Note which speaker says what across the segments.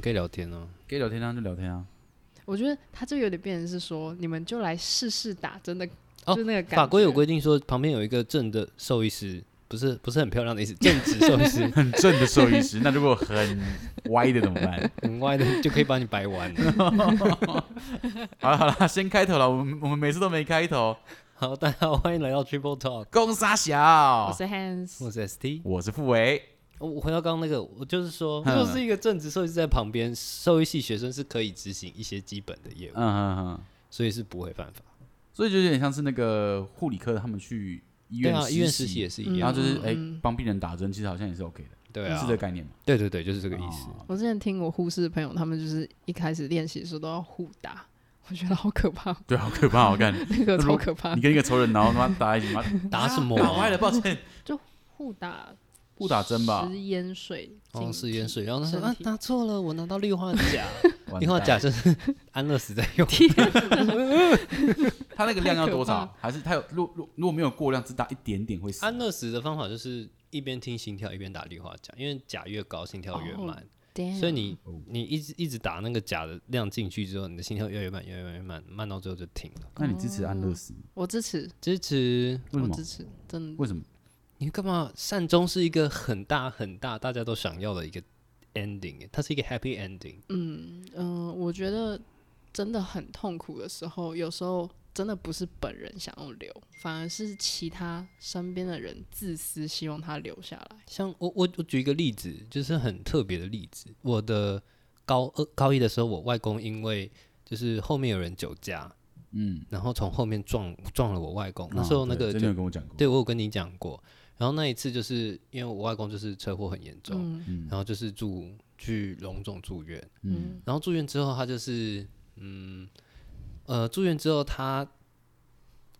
Speaker 1: 可以聊天哦、
Speaker 2: 可以聊天啊就聊天 啊。，
Speaker 3: 我觉得他这有点变成是说，你们就来试试打针的，
Speaker 1: 哦
Speaker 3: 就是那个感觉。
Speaker 1: 法规有规定说，旁边有一个正的兽医师，不是不是很漂亮的意思，正直兽医师
Speaker 2: 很正的兽医师，那如果很歪的怎么 办？
Speaker 1: 很歪的就可以把你掰弯。
Speaker 2: 好了好了，先开头了，我们我们每次都没开头。
Speaker 1: 好，大家好，欢迎来到 Triple Talk，
Speaker 2: 公沙
Speaker 3: 我
Speaker 2: 小，
Speaker 3: 是 Hans，
Speaker 1: 我是 ST。
Speaker 2: 我是傅维，
Speaker 1: 哦我回到刚刚那个，我就是说，
Speaker 2: 嗯
Speaker 1: 就是一个正直兽医师在旁边，兽医系学生是可以执行一些基本的业务
Speaker 2: 嗯，嗯嗯，
Speaker 1: 所以是不会犯法。
Speaker 2: 所以就有点像是那个护理科他们去医
Speaker 1: 对
Speaker 2: 院
Speaker 1: 啊，医院实习
Speaker 2: 习，
Speaker 1: 也是一
Speaker 2: 然
Speaker 1: 样啊，
Speaker 2: 后就是哎
Speaker 3: 嗯
Speaker 2: 帮病人打针，其实好像也是 OK 的，
Speaker 1: 对
Speaker 2: 是
Speaker 1: 啊
Speaker 2: 这，个概念嘛，
Speaker 1: 对对对，就是这个意思。
Speaker 2: 哦
Speaker 3: 我之前听我护士朋友他们就是一开始练习的时候都要互打，我觉得好可怕，
Speaker 2: 对，啊好可怕，好干。
Speaker 3: 那个
Speaker 2: 那如
Speaker 3: 超可怕
Speaker 2: 你，跟一个仇人，然后他妈打在一起，妈
Speaker 1: 打什么啊
Speaker 2: 打歪了，抱歉，
Speaker 3: 互打
Speaker 2: 不打针吧？
Speaker 3: 食盐水，
Speaker 1: 哦，是盐。水，然后他说
Speaker 3: 身
Speaker 1: 啊，
Speaker 3: 体
Speaker 1: 拿错了，我拿到氯化钾，
Speaker 2: 完
Speaker 1: 氯化
Speaker 2: 蛋
Speaker 1: 钾就是安乐死在用。
Speaker 2: 他那个量要多
Speaker 3: 太
Speaker 2: 少
Speaker 3: 可？
Speaker 2: 还是他有如如如果没有过量，只打一点点会死？
Speaker 1: 安乐死的方法就是一边听心跳一边打氯化钾，因为钾越高心跳越慢，
Speaker 3: Damn
Speaker 1: 所以你你一直一直打那个钾的量进去之后，你的心跳越来越慢，越来越慢，慢到最后就停了。
Speaker 2: 那你支持安乐死吗？
Speaker 3: 我支持，
Speaker 1: 支持
Speaker 2: 为什
Speaker 3: 我
Speaker 2: 么
Speaker 3: 支？持，真的。
Speaker 2: 为什么？
Speaker 1: 你干嘛？善终是一个很大很大大家都想要的一个 ending，它是一个 happy ending。
Speaker 3: 嗯嗯、我觉得真的很痛苦的时候，有时候真的不是本人想要留，反而是其他身边的人自私，希望他留下来。
Speaker 1: 像我我我举一个例子，就是很特别的例子。我的高二高一的时候，我外公因为就是后面有人酒驾，
Speaker 2: 嗯，
Speaker 1: 然后从后面撞撞了我外公。那时候那
Speaker 2: 哦
Speaker 1: 个
Speaker 2: 对真
Speaker 1: 酒
Speaker 2: 的有跟我讲过，
Speaker 1: 对，我有跟你讲过。然后那一次就是因为我外公就是车祸很严重，
Speaker 3: 嗯
Speaker 2: 嗯
Speaker 1: 然后就是住去龙总住院，
Speaker 2: 嗯
Speaker 3: 嗯
Speaker 1: 然后住院之后他就是嗯呃住院之后他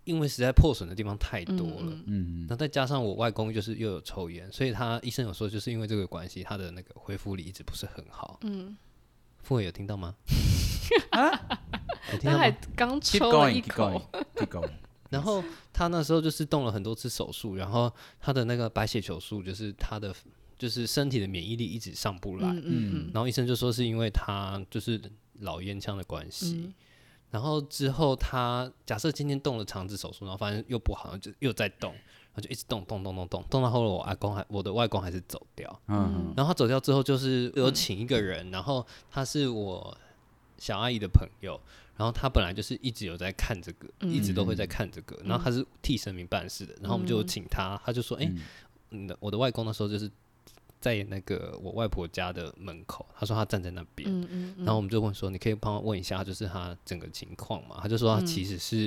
Speaker 1: 因为实在破损的地方太多了。
Speaker 3: 嗯
Speaker 2: 嗯，
Speaker 1: 那再加上我外公就是又有抽烟，所以他医生有说，就是因为这个关系，他的那个恢复力一直不是很好。
Speaker 3: 嗯，啊
Speaker 1: 傅伟有听到吗？有听
Speaker 3: 他
Speaker 1: 到
Speaker 3: 还
Speaker 1: 吗？
Speaker 3: 刚
Speaker 2: keep
Speaker 3: 抽了一
Speaker 2: going，keep
Speaker 3: 口，
Speaker 2: going，keep going，
Speaker 1: 然后他那时候就是动了很多次手术，然后他的那个白血球数，就是他的就是身体的免疫力一直上不来。
Speaker 3: 嗯嗯嗯
Speaker 1: 然后医生就说是因为他就是老烟枪的关系。
Speaker 3: 嗯
Speaker 1: 然后之后他假设今天动了肠子手术，然后发现又不好，就又在动，然后就一直动动动动动，动到后来我阿公还我的外公还是走掉。
Speaker 2: 嗯，
Speaker 1: 然后他走掉之后，就是有
Speaker 3: 嗯
Speaker 1: 请一个人，然后他是我小阿姨的朋友，然后他本来就是一直有在看这个，
Speaker 3: 嗯嗯
Speaker 1: 一直都会在看这个，然后他是替神明办事的，然后我们就请他，他就说，哎、
Speaker 2: 嗯
Speaker 1: 你的我的外公那时候就是在那个我外婆家的门口，他说他站在那边，
Speaker 3: 嗯嗯嗯，
Speaker 1: 然后我们就问说，你可以帮我问一下，就是他整个情况嘛？他就
Speaker 3: 嗯
Speaker 1: 说他其实是、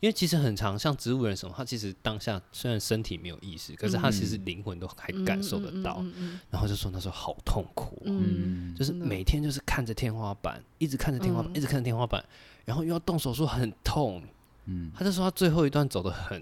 Speaker 1: 因为其实很长，像植物人什么，他其实当下虽然身体没有意识，可是他其实灵魂都还感受得到。
Speaker 3: 嗯嗯
Speaker 1: 然后就说那时候好痛苦、哦，
Speaker 3: 嗯
Speaker 2: 嗯，
Speaker 1: 就是
Speaker 3: 真的
Speaker 1: 每天就是看着天花板，一直看着天花板，
Speaker 3: 嗯
Speaker 1: 一直看着天花板，然后又要动手术，很痛。
Speaker 2: 嗯
Speaker 1: 他就说他最后一段走的很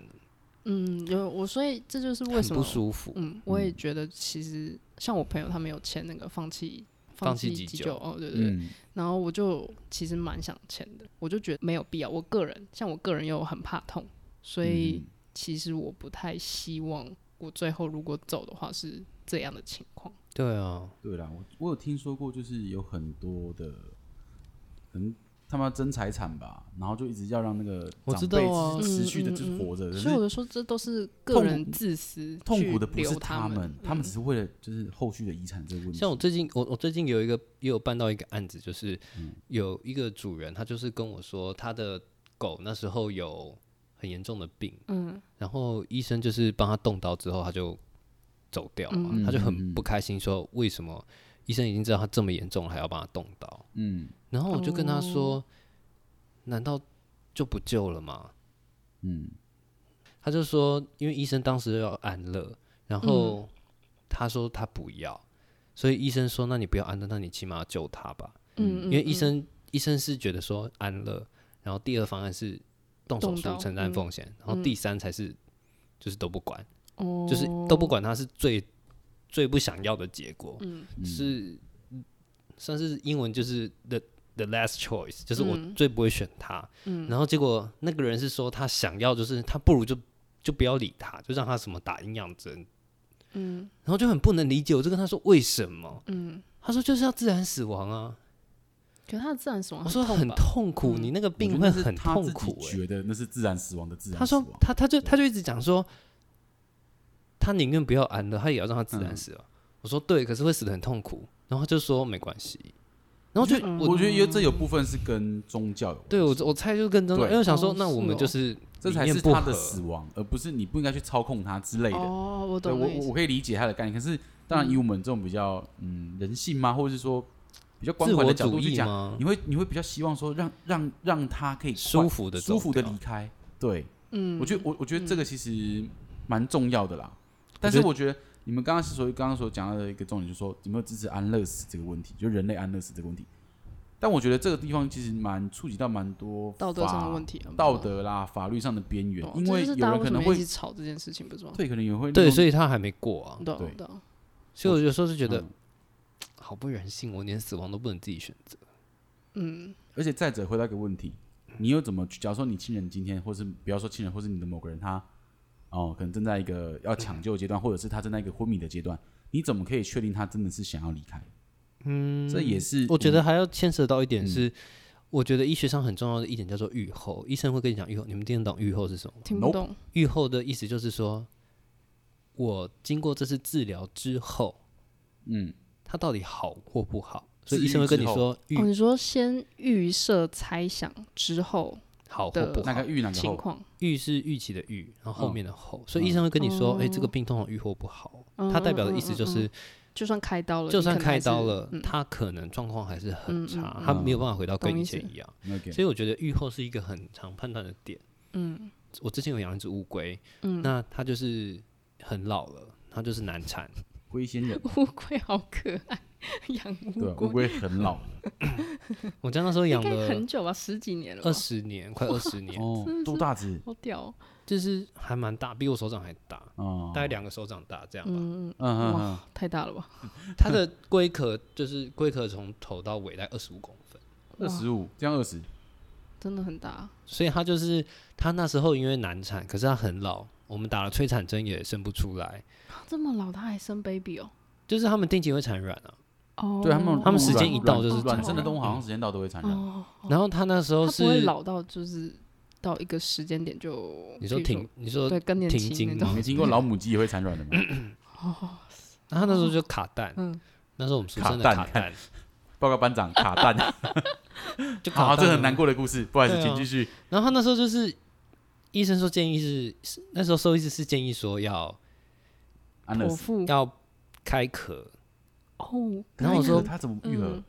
Speaker 3: 嗯，嗯有我，所以这就是为
Speaker 1: 很
Speaker 3: 什么
Speaker 1: 不舒服。
Speaker 3: 嗯，我也觉得其实像我朋友他们有签那个放弃
Speaker 1: 放弃
Speaker 3: 弃
Speaker 1: 急
Speaker 3: 急
Speaker 1: 救
Speaker 3: 救，哦对对对，
Speaker 2: 嗯
Speaker 3: 然后我就其实蛮想签的，我就觉得没有必要。我个人像我个人又很怕痛，所以
Speaker 2: 嗯
Speaker 3: 其实我不太希望我最后如果走的话是这样的情况。
Speaker 1: 对啊，
Speaker 2: 对啦，我我有听说过，就是有很多的，可能他妈争财产吧，然后就一直要让那个
Speaker 1: 我知
Speaker 2: 长
Speaker 1: 道
Speaker 2: 辈
Speaker 1: 啊
Speaker 2: 哦持持续的
Speaker 3: 嗯嗯
Speaker 2: 就是
Speaker 3: 嗯
Speaker 2: 活着，可
Speaker 3: 所以我
Speaker 2: 是
Speaker 3: 就说，这都是个
Speaker 2: 痛
Speaker 3: 人
Speaker 2: 苦
Speaker 3: 自私，
Speaker 2: 痛苦的不是
Speaker 3: 他
Speaker 2: 们，他们只是为了就是后续的遗产这个问
Speaker 1: 嗯
Speaker 2: 题。
Speaker 1: 像我最近，我我最近有一个也有办到一个案子，就是有一个主人，他就是跟我说，他的狗那时候有很严重的病，
Speaker 3: 嗯
Speaker 1: 然后医生就是帮他动刀之后，他就走掉嘛，
Speaker 2: 嗯
Speaker 1: 他就
Speaker 2: 嗯
Speaker 1: 很
Speaker 2: 嗯
Speaker 1: 不开心，说为什么医生已经知道他这么严重了，还要帮他动刀？
Speaker 2: 嗯
Speaker 1: 然后我就跟他说，难道就不救了吗？
Speaker 2: 嗯
Speaker 1: 他就说，因为医生当时要安乐，然后他说他不要，所以医生说，那你不要安乐，那你起码要救他吧。
Speaker 3: 嗯，
Speaker 1: 因为医生、医生是觉得说安乐，然后第二方案是动手
Speaker 3: 动
Speaker 1: 术
Speaker 3: 刀
Speaker 1: 承担
Speaker 3: 嗯
Speaker 1: 风险，然后第三才是就是都不管，
Speaker 3: 哦
Speaker 1: 就是都不管他是最最不想要的结果，
Speaker 3: 嗯
Speaker 1: 是算是英文就是 the the last choice，就是我
Speaker 3: 嗯
Speaker 1: 最不会选他。
Speaker 3: 嗯
Speaker 1: 然后结果那个人是说他想要就是他不如就就不要理他，就让他什么打营养针，
Speaker 3: 嗯
Speaker 1: 然后就很不能理解，我就跟他说为什么？
Speaker 3: 嗯
Speaker 1: 他说就是要自然死亡啊。
Speaker 3: 可是他的自然死亡
Speaker 1: 我说
Speaker 3: 哦痛
Speaker 1: 很
Speaker 3: 吧嗯
Speaker 1: 痛苦，你那个病会
Speaker 2: 那是
Speaker 1: 很
Speaker 2: 他
Speaker 1: 痛
Speaker 2: 自己
Speaker 1: 苦、欸。
Speaker 2: 觉得那是自然死亡的自然
Speaker 1: 他
Speaker 2: 死
Speaker 1: 说
Speaker 2: 亡。
Speaker 1: 他他就他就一直讲说，他宁愿不要安乐，他也要让他自然
Speaker 2: 嗯
Speaker 1: 死亡。我说对，可是会死的很痛苦。然后他就说没关系。然后就
Speaker 3: 嗯
Speaker 1: 我
Speaker 2: 我觉得有这有部分是跟宗教有关系，
Speaker 1: 对我我猜就更真的，
Speaker 2: 对
Speaker 1: 因为我想说
Speaker 3: 哦
Speaker 1: 那我们
Speaker 3: 是哦
Speaker 1: 就是
Speaker 2: 这
Speaker 1: 理
Speaker 2: 才
Speaker 1: 念
Speaker 2: 是
Speaker 1: 不
Speaker 2: 他的
Speaker 1: 合
Speaker 2: 死亡，而不是你不应该去操控他之类的。
Speaker 3: 哦，我
Speaker 2: 对
Speaker 3: 懂
Speaker 2: 我
Speaker 3: 了意
Speaker 2: 我
Speaker 3: 思。
Speaker 2: 可以理解他的概念，可是当
Speaker 3: 嗯
Speaker 2: 然以我们这种比较嗯人性嘛，或者是说比较关
Speaker 1: 自
Speaker 2: 怀
Speaker 1: 我
Speaker 2: 的角
Speaker 1: 主
Speaker 2: 度去
Speaker 1: 义
Speaker 2: 讲，
Speaker 1: 吗？
Speaker 2: 你会你会比较希望说让让让他可以快
Speaker 1: 舒服的
Speaker 2: 舒服的离开。对，
Speaker 3: 嗯，
Speaker 2: 我觉得我我觉得这个其实蛮重要的啦。但
Speaker 1: 觉
Speaker 2: 是
Speaker 1: 得
Speaker 2: 我觉得你们刚刚所刚刚所讲到的一个重点，就是说有没有支持安乐死这个问题，就人类安乐死这个问题。但我觉得这个地方其实蛮触及到蛮多
Speaker 3: 道德上的
Speaker 2: 法
Speaker 3: 问题啊，
Speaker 2: 道德啦、法律上的边缘
Speaker 3: 懂，
Speaker 2: 因
Speaker 3: 这
Speaker 2: 为
Speaker 3: 就是
Speaker 2: 有
Speaker 3: 大家
Speaker 2: 人
Speaker 3: 为
Speaker 2: 可
Speaker 3: 什么
Speaker 2: 能
Speaker 3: 一
Speaker 2: 会
Speaker 3: 直吵这件事情，不是吗？
Speaker 2: 对，可能有人会
Speaker 1: 对，
Speaker 2: 以
Speaker 1: 所以他还没过啊。
Speaker 3: 懂
Speaker 2: 对
Speaker 3: 懂，
Speaker 1: 所以我有时候就觉得
Speaker 2: 嗯
Speaker 1: 好不人性，我连死亡都不能自己选择。
Speaker 3: 嗯，
Speaker 2: 而且再者回到一个问题，你又怎么去？假如说你亲人今天，或是不要说亲人，或是你的某个人他，哦，可能正在一个要抢救的阶段，或者是他正在一个昏迷的阶段，你怎么可以确定他真的是想要离开？嗯，这也是
Speaker 1: 我觉得还要牵涉到一点是，我觉得医学上很重要的一点叫做预后。医生会跟你讲预后，你们听得懂预后是什么吗？
Speaker 3: 听不懂，
Speaker 1: 预后的意思就是说，我经过这次治疗之后，
Speaker 2: 嗯，
Speaker 1: 它到底好或不好？所以
Speaker 2: 治
Speaker 1: 医
Speaker 2: 愈
Speaker 1: 生会跟你
Speaker 2: 之后
Speaker 1: 说预
Speaker 3: 哦，你说先预设猜想之后
Speaker 1: 好或不
Speaker 2: 嗯那
Speaker 1: 好
Speaker 2: 个，预那个
Speaker 3: 情
Speaker 2: 后，
Speaker 3: 况，
Speaker 1: 预是预期的预，然后后
Speaker 2: 嗯
Speaker 1: 面的后，所以医生会跟你
Speaker 3: 哦
Speaker 1: 说，哎，这个病通常预后不好。它代表的意
Speaker 3: 嗯
Speaker 1: 思就是，
Speaker 3: 就算开刀了，
Speaker 1: 就
Speaker 3: 你
Speaker 1: 算
Speaker 3: 可能还
Speaker 1: 开
Speaker 3: 是
Speaker 1: 刀了，
Speaker 3: 嗯
Speaker 1: 他可能状况还是很
Speaker 3: 嗯嗯
Speaker 1: 差，
Speaker 3: 嗯
Speaker 1: 他没有办法回到跟
Speaker 3: 懂
Speaker 1: 以
Speaker 3: 意
Speaker 1: 前
Speaker 3: 思
Speaker 1: 一样。
Speaker 2: 那个
Speaker 1: 所以我觉得预后是一个很常判断的点。
Speaker 3: 嗯
Speaker 1: 我之前有养一只乌龟，
Speaker 3: 嗯，
Speaker 1: 那它就是很老了，它就是难 产，
Speaker 2: 龟仙人，
Speaker 3: 乌龟好可爱，养
Speaker 2: 对
Speaker 3: 乌
Speaker 2: 啊，乌
Speaker 3: 龟
Speaker 2: 龟很老了
Speaker 1: 我家那时候
Speaker 3: 应
Speaker 1: 养
Speaker 3: 该
Speaker 1: 了
Speaker 3: 很久吧，十几年了吧
Speaker 1: 二， 十年，快二十 年，
Speaker 2: 哦，多大只
Speaker 3: 好屌哦，
Speaker 1: 就是还蛮大，比我手掌还大，
Speaker 2: 哦，
Speaker 1: 大概两个手掌大这样吧。
Speaker 3: 嗯，嗯
Speaker 2: 嗯嗯嗯
Speaker 3: 哇，太大了吧，
Speaker 1: 它的龟壳就是龟壳从头到尾大概二十五公分，
Speaker 2: 二十五，这样二十，
Speaker 3: 真的很大，
Speaker 1: 所以它就是它那时候因为难产，可是它很老，我们打了催产针也生不出来，
Speaker 3: 啊这么老他还生 baby 哦，
Speaker 1: 就是他们定期会产卵啊。
Speaker 3: 哦，
Speaker 2: 对他们
Speaker 1: 他们时
Speaker 2: 时
Speaker 1: 间一到就是
Speaker 2: 卵
Speaker 1: 产
Speaker 2: 生的
Speaker 1: 卵
Speaker 2: 动物啊好像时间到都会产卵，
Speaker 3: 哦，
Speaker 1: 然后它那时候
Speaker 3: 他不会
Speaker 1: 是
Speaker 3: 老到就是到一个时间点就，
Speaker 1: 你说
Speaker 3: 比如
Speaker 1: 停，你说
Speaker 3: 对更年
Speaker 1: 停
Speaker 3: 期
Speaker 1: 经
Speaker 3: 那
Speaker 1: 吗
Speaker 3: 种
Speaker 2: 没听过老母鸡也会 产卵的吗？
Speaker 1: 那它那时候就卡蛋，
Speaker 3: 嗯
Speaker 1: 那时候我们俗
Speaker 2: 卡
Speaker 1: 称的
Speaker 2: 蛋
Speaker 1: 卡蛋，
Speaker 2: 报告班长，卡 蛋，
Speaker 1: 就卡
Speaker 2: 好，
Speaker 1: 蛋
Speaker 2: 这
Speaker 1: 啊
Speaker 2: 很难过的故事，不好意思，
Speaker 1: 对啊
Speaker 2: 请继续。
Speaker 1: 然后他那时候就是医生说建议是是，那时候兽医师是建议说要
Speaker 2: 安乐
Speaker 3: 剖
Speaker 2: 死，
Speaker 3: 腹
Speaker 1: 要开壳，
Speaker 3: 哦，
Speaker 1: 然后我说
Speaker 2: 他怎么愈合
Speaker 3: 嗯？，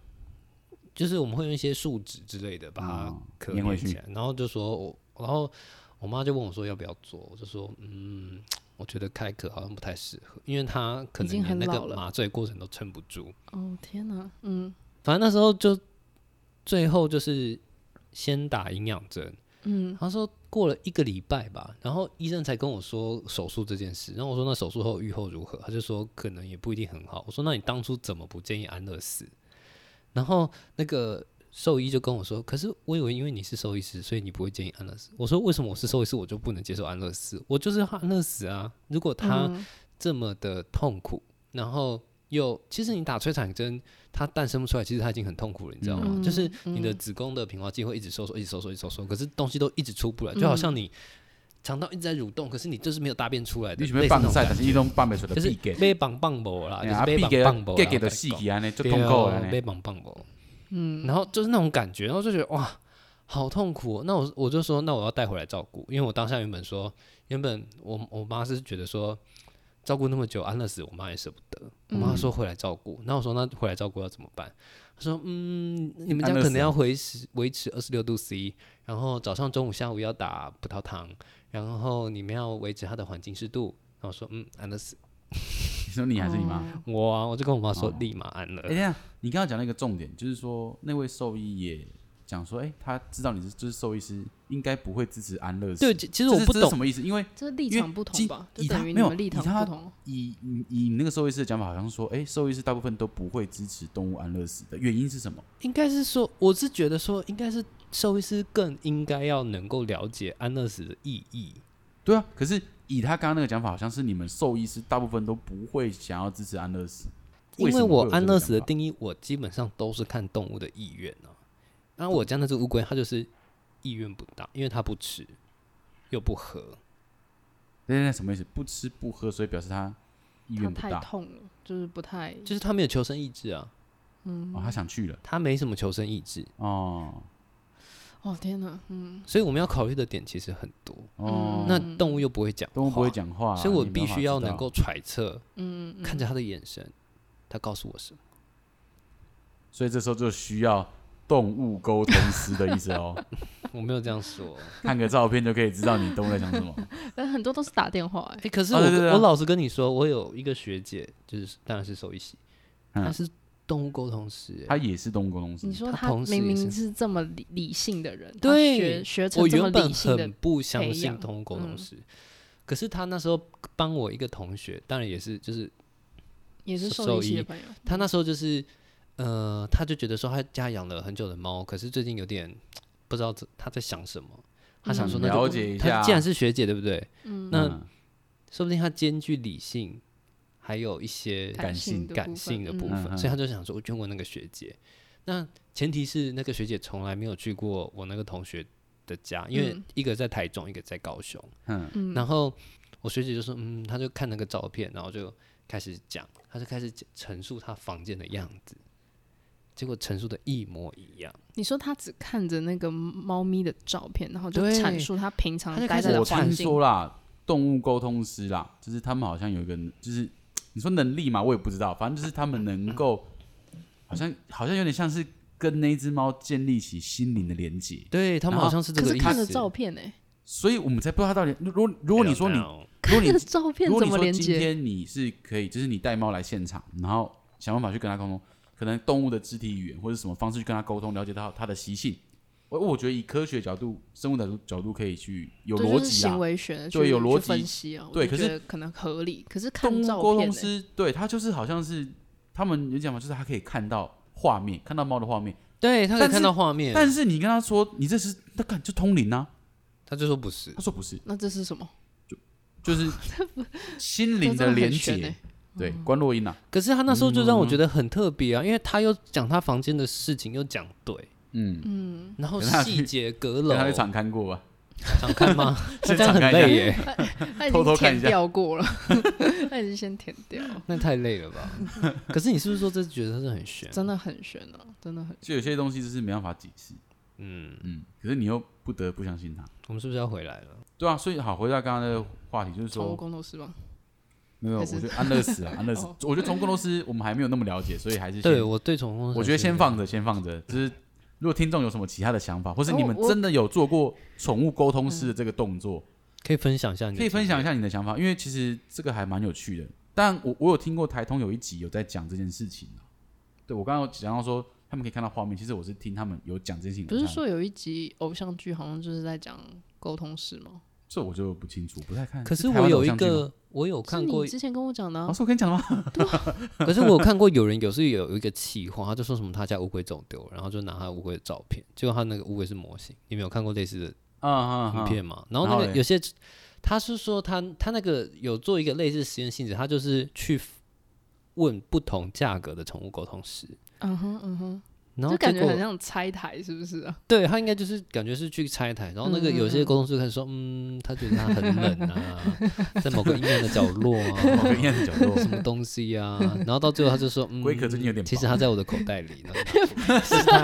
Speaker 1: 就是我们会用一些树脂之类的把它
Speaker 2: 哦
Speaker 1: 壳
Speaker 2: 粘回
Speaker 1: 连起
Speaker 2: 去
Speaker 1: 来，然后就说我，然后我妈就问我说要不要做，我就说嗯，我觉得开壳好像不太适合，因为它可
Speaker 3: 已
Speaker 1: 能
Speaker 3: 经
Speaker 1: 连
Speaker 3: 很
Speaker 1: 那
Speaker 3: 老
Speaker 1: 个
Speaker 3: 了
Speaker 1: 麻醉过程都撑不住。
Speaker 3: 哦天哪，嗯
Speaker 1: 反正那时候就最后就是先打营养针，
Speaker 3: 嗯，
Speaker 1: 他说过了一个礼拜吧，然后医生才跟我说手术这件事。然后我说那手术后愈后如何？他就说可能也不一定很好。我说那你当初怎么不建议安乐死？然后那个兽医就跟我说，可是我以为因为你是兽医师，所以你不会建议安乐死。我说为什么我是兽医师我就不能接受安乐死？我就是要安乐死啊！如果他
Speaker 3: 嗯
Speaker 1: 这么的痛苦，然后又其实你打催产针，它蛋生不出来，其实它已经很痛苦了，你知道吗？
Speaker 3: 嗯
Speaker 1: 就是你的
Speaker 3: 嗯
Speaker 1: 子宫的平滑肌会一直收缩，一直收缩，一直收缩，可是东西都一直出不来，就好像你肠道一直在蠕动，可是你就是没有大便出来的，
Speaker 2: 你想
Speaker 1: 类
Speaker 2: 要
Speaker 1: 似那
Speaker 2: 放
Speaker 1: 种
Speaker 2: 晒，
Speaker 1: 感
Speaker 2: 但
Speaker 1: 觉
Speaker 2: 是你拢放袂出来，
Speaker 1: 就是
Speaker 2: 闭给，
Speaker 1: 被绑棒膜啦，就是
Speaker 2: 啊，
Speaker 1: 被
Speaker 2: 闭
Speaker 1: 绑
Speaker 2: 给
Speaker 1: 棒膜，
Speaker 2: 给给的死去安尼，就
Speaker 1: 对
Speaker 2: 痛苦啊
Speaker 1: 哦
Speaker 2: 安尼。
Speaker 1: 被绑棒膜，嗯，然后就是那种感觉，然后就觉得哇，好痛苦、哦。那我我就说，那我要带回来照顾，因为我当下原本说，原本我我妈是觉得说，照顾那么久，安乐死，我妈也舍不得。我妈说回来照顾，那我说那回来照顾要怎么办？她说 嗯，你们家
Speaker 2: 安乐
Speaker 1: 可
Speaker 2: 死
Speaker 1: 能要维持维持二十六度 C，然后早上、中午、下午要打葡萄糖，然后你们要维持它的环境湿度。然后我说嗯，安乐死。
Speaker 2: 你说你还是你妈？
Speaker 3: 哦
Speaker 1: 我啊，我就跟我妈说立马安乐
Speaker 2: 哎，。等一下，你刚刚讲了一个重点，就是说那位兽医也讲说，哎，他知道你是就是兽医师，应该不会支持安乐死。
Speaker 1: 对，其其实
Speaker 2: 这
Speaker 1: 我
Speaker 2: 是
Speaker 1: 不
Speaker 2: 这是
Speaker 1: 懂
Speaker 2: 什么意思，因为
Speaker 3: 这立
Speaker 2: 因为
Speaker 3: 场不同
Speaker 2: 基
Speaker 3: 吧，就
Speaker 2: 以他
Speaker 3: 等于
Speaker 2: 没
Speaker 3: 你
Speaker 2: 有
Speaker 3: 们立
Speaker 2: 以
Speaker 3: 场
Speaker 2: 他
Speaker 3: 不同，
Speaker 2: 以以以你那个兽医师的讲法，好像说，哎，兽医师大部分都不会支持动物安乐死的原因是什么？
Speaker 1: 应该是说，我是觉得说，应该是兽医师更应该要能够了解安乐死的意义。
Speaker 2: 对啊，可是以他刚刚那个讲法，好像是你们兽医师大部分都不会想要支持安乐死。
Speaker 1: 因
Speaker 2: 什
Speaker 1: 为
Speaker 2: 么
Speaker 1: 我
Speaker 2: 会有
Speaker 1: 安
Speaker 2: 这个
Speaker 1: 乐
Speaker 2: 想
Speaker 1: 死的
Speaker 2: 法
Speaker 1: 定义，我基本上都是看动物的意愿啊。那我家那只乌龟，它就是意愿不大，因为它不吃又不喝，
Speaker 2: 等等，什么意思？不吃不喝，所以表示他意
Speaker 3: 它
Speaker 2: 愿不
Speaker 3: 太
Speaker 2: 大
Speaker 3: 痛了，就是不太
Speaker 1: 就是它没有求生意志啊，
Speaker 2: 哦，他想去了
Speaker 1: 它没什么求生意志，
Speaker 2: 哦
Speaker 3: 哦天哪，嗯，
Speaker 1: 所以我们要考虑的点其实很多。
Speaker 2: 哦，
Speaker 1: 那动物又不会讲，
Speaker 2: 动物不会，讲话，
Speaker 1: 啊所以我
Speaker 2: 你没
Speaker 1: 必
Speaker 2: 办法
Speaker 1: 须要
Speaker 2: 知道
Speaker 1: 能够。揣测，嗯，看着它的眼神，它告诉我什么。
Speaker 2: 所以这时候就需要动物沟通师的意思哦，
Speaker 1: 我没有这样说，
Speaker 2: 看个照片就可以知道你动物在想什么。
Speaker 3: 但很多都是打电话哎、
Speaker 1: 哎、可是
Speaker 2: 啊
Speaker 1: 我、
Speaker 2: 对对对啊
Speaker 1: 我老实跟你说，我有一个学姐，就是当然是兽医系，
Speaker 2: 嗯
Speaker 1: 她是动物沟通师、哎
Speaker 2: 他也是动物沟通师
Speaker 3: 你，说
Speaker 1: 嗯他
Speaker 3: 他
Speaker 1: 同时也
Speaker 3: 明
Speaker 1: 是
Speaker 3: 明是这么理理性的人，他
Speaker 1: 对
Speaker 3: 学学成
Speaker 1: 我
Speaker 3: 这么
Speaker 1: 原本
Speaker 3: 理性的
Speaker 1: 很，不相
Speaker 3: 培
Speaker 1: 信
Speaker 3: 养
Speaker 1: 动物沟通
Speaker 3: 嗯
Speaker 1: 师，可是他那时候帮我一个同学，当然也是就是
Speaker 3: 也是
Speaker 1: 兽
Speaker 3: 兽医系
Speaker 1: 医
Speaker 3: 的朋友，
Speaker 1: 他那时候就是呃，他就觉得说他家养了很久的猫，可是最近有点不知道这他在想什么，他
Speaker 3: 嗯
Speaker 1: 想说那
Speaker 2: 嗯了
Speaker 1: 就
Speaker 2: 解一下
Speaker 1: 他既然是学姐，对不对？那
Speaker 2: 嗯
Speaker 1: 说不定他兼具理性，还有一些
Speaker 2: 感性
Speaker 3: 的
Speaker 1: 感
Speaker 3: 部
Speaker 1: 性的
Speaker 3: 分
Speaker 1: 部
Speaker 2: 嗯
Speaker 1: 分，所以他就想说，我就问那个学姐。那前提是那个学姐从来没有去过我那个同学的家，因为
Speaker 3: 嗯
Speaker 1: 一个在台中，一个在高雄。
Speaker 2: 嗯，
Speaker 3: 嗯
Speaker 1: 然后我学姐就说，嗯，她就看那个照片，然后就开始讲，她就开始讲陈述她房间的样子，结果陈述的一模一样。
Speaker 3: 你说他只看着那个猫咪的照片，然后就
Speaker 1: 对
Speaker 3: 阐述他平常
Speaker 1: 他就开
Speaker 3: 待
Speaker 1: 始
Speaker 3: 在的
Speaker 2: 我
Speaker 3: 环
Speaker 2: 听
Speaker 3: 境，
Speaker 2: 说啦，动物沟通师啦，就是他们好像有一个，就是你说能力嘛，我也不知道，反正就是他们能够，好像好像有点像是跟那只猫建立起心灵的连接，
Speaker 1: 对他们
Speaker 2: 然
Speaker 1: 好
Speaker 2: 后
Speaker 1: 像是这
Speaker 3: 可
Speaker 1: 个
Speaker 3: 是
Speaker 1: 意
Speaker 3: 看着
Speaker 1: 思。
Speaker 3: 照片哎、
Speaker 2: 所以我们才不知道它到底。如果如果你说你，如
Speaker 1: I don't know
Speaker 2: 果
Speaker 3: 看
Speaker 2: 你
Speaker 3: 着照 片
Speaker 2: 如果
Speaker 3: 怎
Speaker 2: 你
Speaker 3: 么
Speaker 2: 说
Speaker 3: 连
Speaker 2: 今
Speaker 3: 接？
Speaker 2: 天你是可以，就是你带猫来现场，然后想办法去跟它沟通，可能动物的肢体语言或者什么方式去跟它沟通，了解到它的习性。我我觉得以科学角度、生物角度角度可以去有
Speaker 3: 对
Speaker 2: 逻
Speaker 3: 就是
Speaker 2: 辑
Speaker 3: 行
Speaker 2: 啊。
Speaker 3: 为学的去
Speaker 2: 对有逻
Speaker 3: 去
Speaker 2: 辑
Speaker 3: 分析啊，我
Speaker 2: 对
Speaker 3: 就
Speaker 2: 可
Speaker 3: 觉
Speaker 2: 是
Speaker 3: 得可能合理，可是看
Speaker 2: 动物
Speaker 3: 照
Speaker 2: 沟
Speaker 3: 片、
Speaker 2: 通
Speaker 3: 欸，
Speaker 2: 师对它就是好像是他们有讲嘛，就是它可以看到画面，看到猫的画面，
Speaker 1: 对他可以
Speaker 2: 但
Speaker 1: 看
Speaker 2: 是
Speaker 1: 到画面，
Speaker 2: 但是你跟他说你这是那看就通灵啊，
Speaker 1: 他就说不是
Speaker 2: 他。说不是，
Speaker 3: 那这是什么？
Speaker 2: 就是 心
Speaker 3: 这
Speaker 2: 灵
Speaker 3: 真的
Speaker 2: 的
Speaker 3: 很
Speaker 2: 连
Speaker 3: 悬
Speaker 2: 接
Speaker 3: 欸。
Speaker 2: 对，关洛音啊，
Speaker 1: 可是他那时候就让我觉得很特别啊，因为他又讲他房间的事情，又讲对，
Speaker 2: 嗯，
Speaker 1: 然后
Speaker 2: 跟他去
Speaker 1: 细节阁楼
Speaker 2: 跟他去场看过吧，啊
Speaker 1: 想看吗？那
Speaker 2: 先
Speaker 1: 这样很
Speaker 2: 敞开一下
Speaker 1: 累耶，
Speaker 3: 他已
Speaker 2: 偷偷
Speaker 3: 经
Speaker 2: 看一
Speaker 3: 填
Speaker 2: 下嗯
Speaker 3: 掉过了， 他已经先填掉了，
Speaker 1: 那太累了吧？ 可是你是不是说这觉得是很悬？
Speaker 3: 真的很悬啊，真的很。
Speaker 2: 就有些东西就是没办法解释，
Speaker 1: 嗯，
Speaker 2: 嗯，可是你又不得不相信他，
Speaker 1: 我们是不是要回来了？
Speaker 2: 对啊，所以好，回到刚刚那个话题，就是
Speaker 3: 宠物
Speaker 2: 说
Speaker 3: 工作室吗？
Speaker 2: 没有，我
Speaker 3: 还是
Speaker 2: 觉得安乐 死啊，安乐死
Speaker 3: 哦，
Speaker 2: 我觉得从工公司我们还没有那么了解，所以还是先
Speaker 1: 对，我对宠物公司
Speaker 2: 我觉得
Speaker 1: 还是
Speaker 2: 先放着，先放着，就是。如果听众有什么其他的想法，或是
Speaker 3: 哦
Speaker 2: 你们
Speaker 3: 我
Speaker 2: 真的有做过宠物沟通师的这个动作，
Speaker 1: 可以分享一下你的
Speaker 2: 可以分享一
Speaker 1: 经
Speaker 2: 下你的想法，因为其实这个还蛮有趣的。但我我有听过台通有一集有在讲这件事情啊对我刚刚有讲到说他们可以看到画面，其实我是听他们有讲这件事情，
Speaker 3: 不是说有一集偶像剧好像就是在讲沟通师吗？
Speaker 2: 这我就不清楚，不太看。
Speaker 1: 验。可是
Speaker 2: 台湾
Speaker 1: 我有
Speaker 2: 偶
Speaker 1: 一
Speaker 2: 像剧吗，
Speaker 1: 个，我有看过哦
Speaker 3: 是你，之前跟我讲的、
Speaker 2: 老
Speaker 3: 啊，
Speaker 2: 师我跟你讲了吗？
Speaker 1: 可是我有看过有人有是有一个气话，他就说什么他家乌龟走丢了，然后就拿他乌龟的照片，结果他那个乌龟是模型。你们有看过类似的
Speaker 2: 啊啊
Speaker 1: 影
Speaker 2: 啊！
Speaker 1: 片嘛，然后
Speaker 2: 然
Speaker 1: 那
Speaker 2: 后
Speaker 1: 个
Speaker 2: 嘞
Speaker 1: 有些，他是说他他那个有做一个类似实验性质，他就是去问不同价格的宠物沟通师，
Speaker 3: 嗯哼嗯哼，
Speaker 1: 然后
Speaker 3: 就感
Speaker 1: 结
Speaker 3: 觉很
Speaker 1: 果
Speaker 3: 像拆台，是不是 啊？
Speaker 1: 对他应该就是感觉是去拆台，然后那个
Speaker 3: 嗯嗯
Speaker 1: 有些
Speaker 3: 嗯
Speaker 1: 沟通师开始说，嗯，他觉得他很冷啊，在某个阴暗的角落
Speaker 2: 某个阴
Speaker 1: 啊。
Speaker 2: 暗哦的角落，
Speaker 1: 什么东西啊？然后到最后他就说，嗯，
Speaker 2: 龟壳最近有点薄
Speaker 1: 其实他在我的口袋 里呢。是他，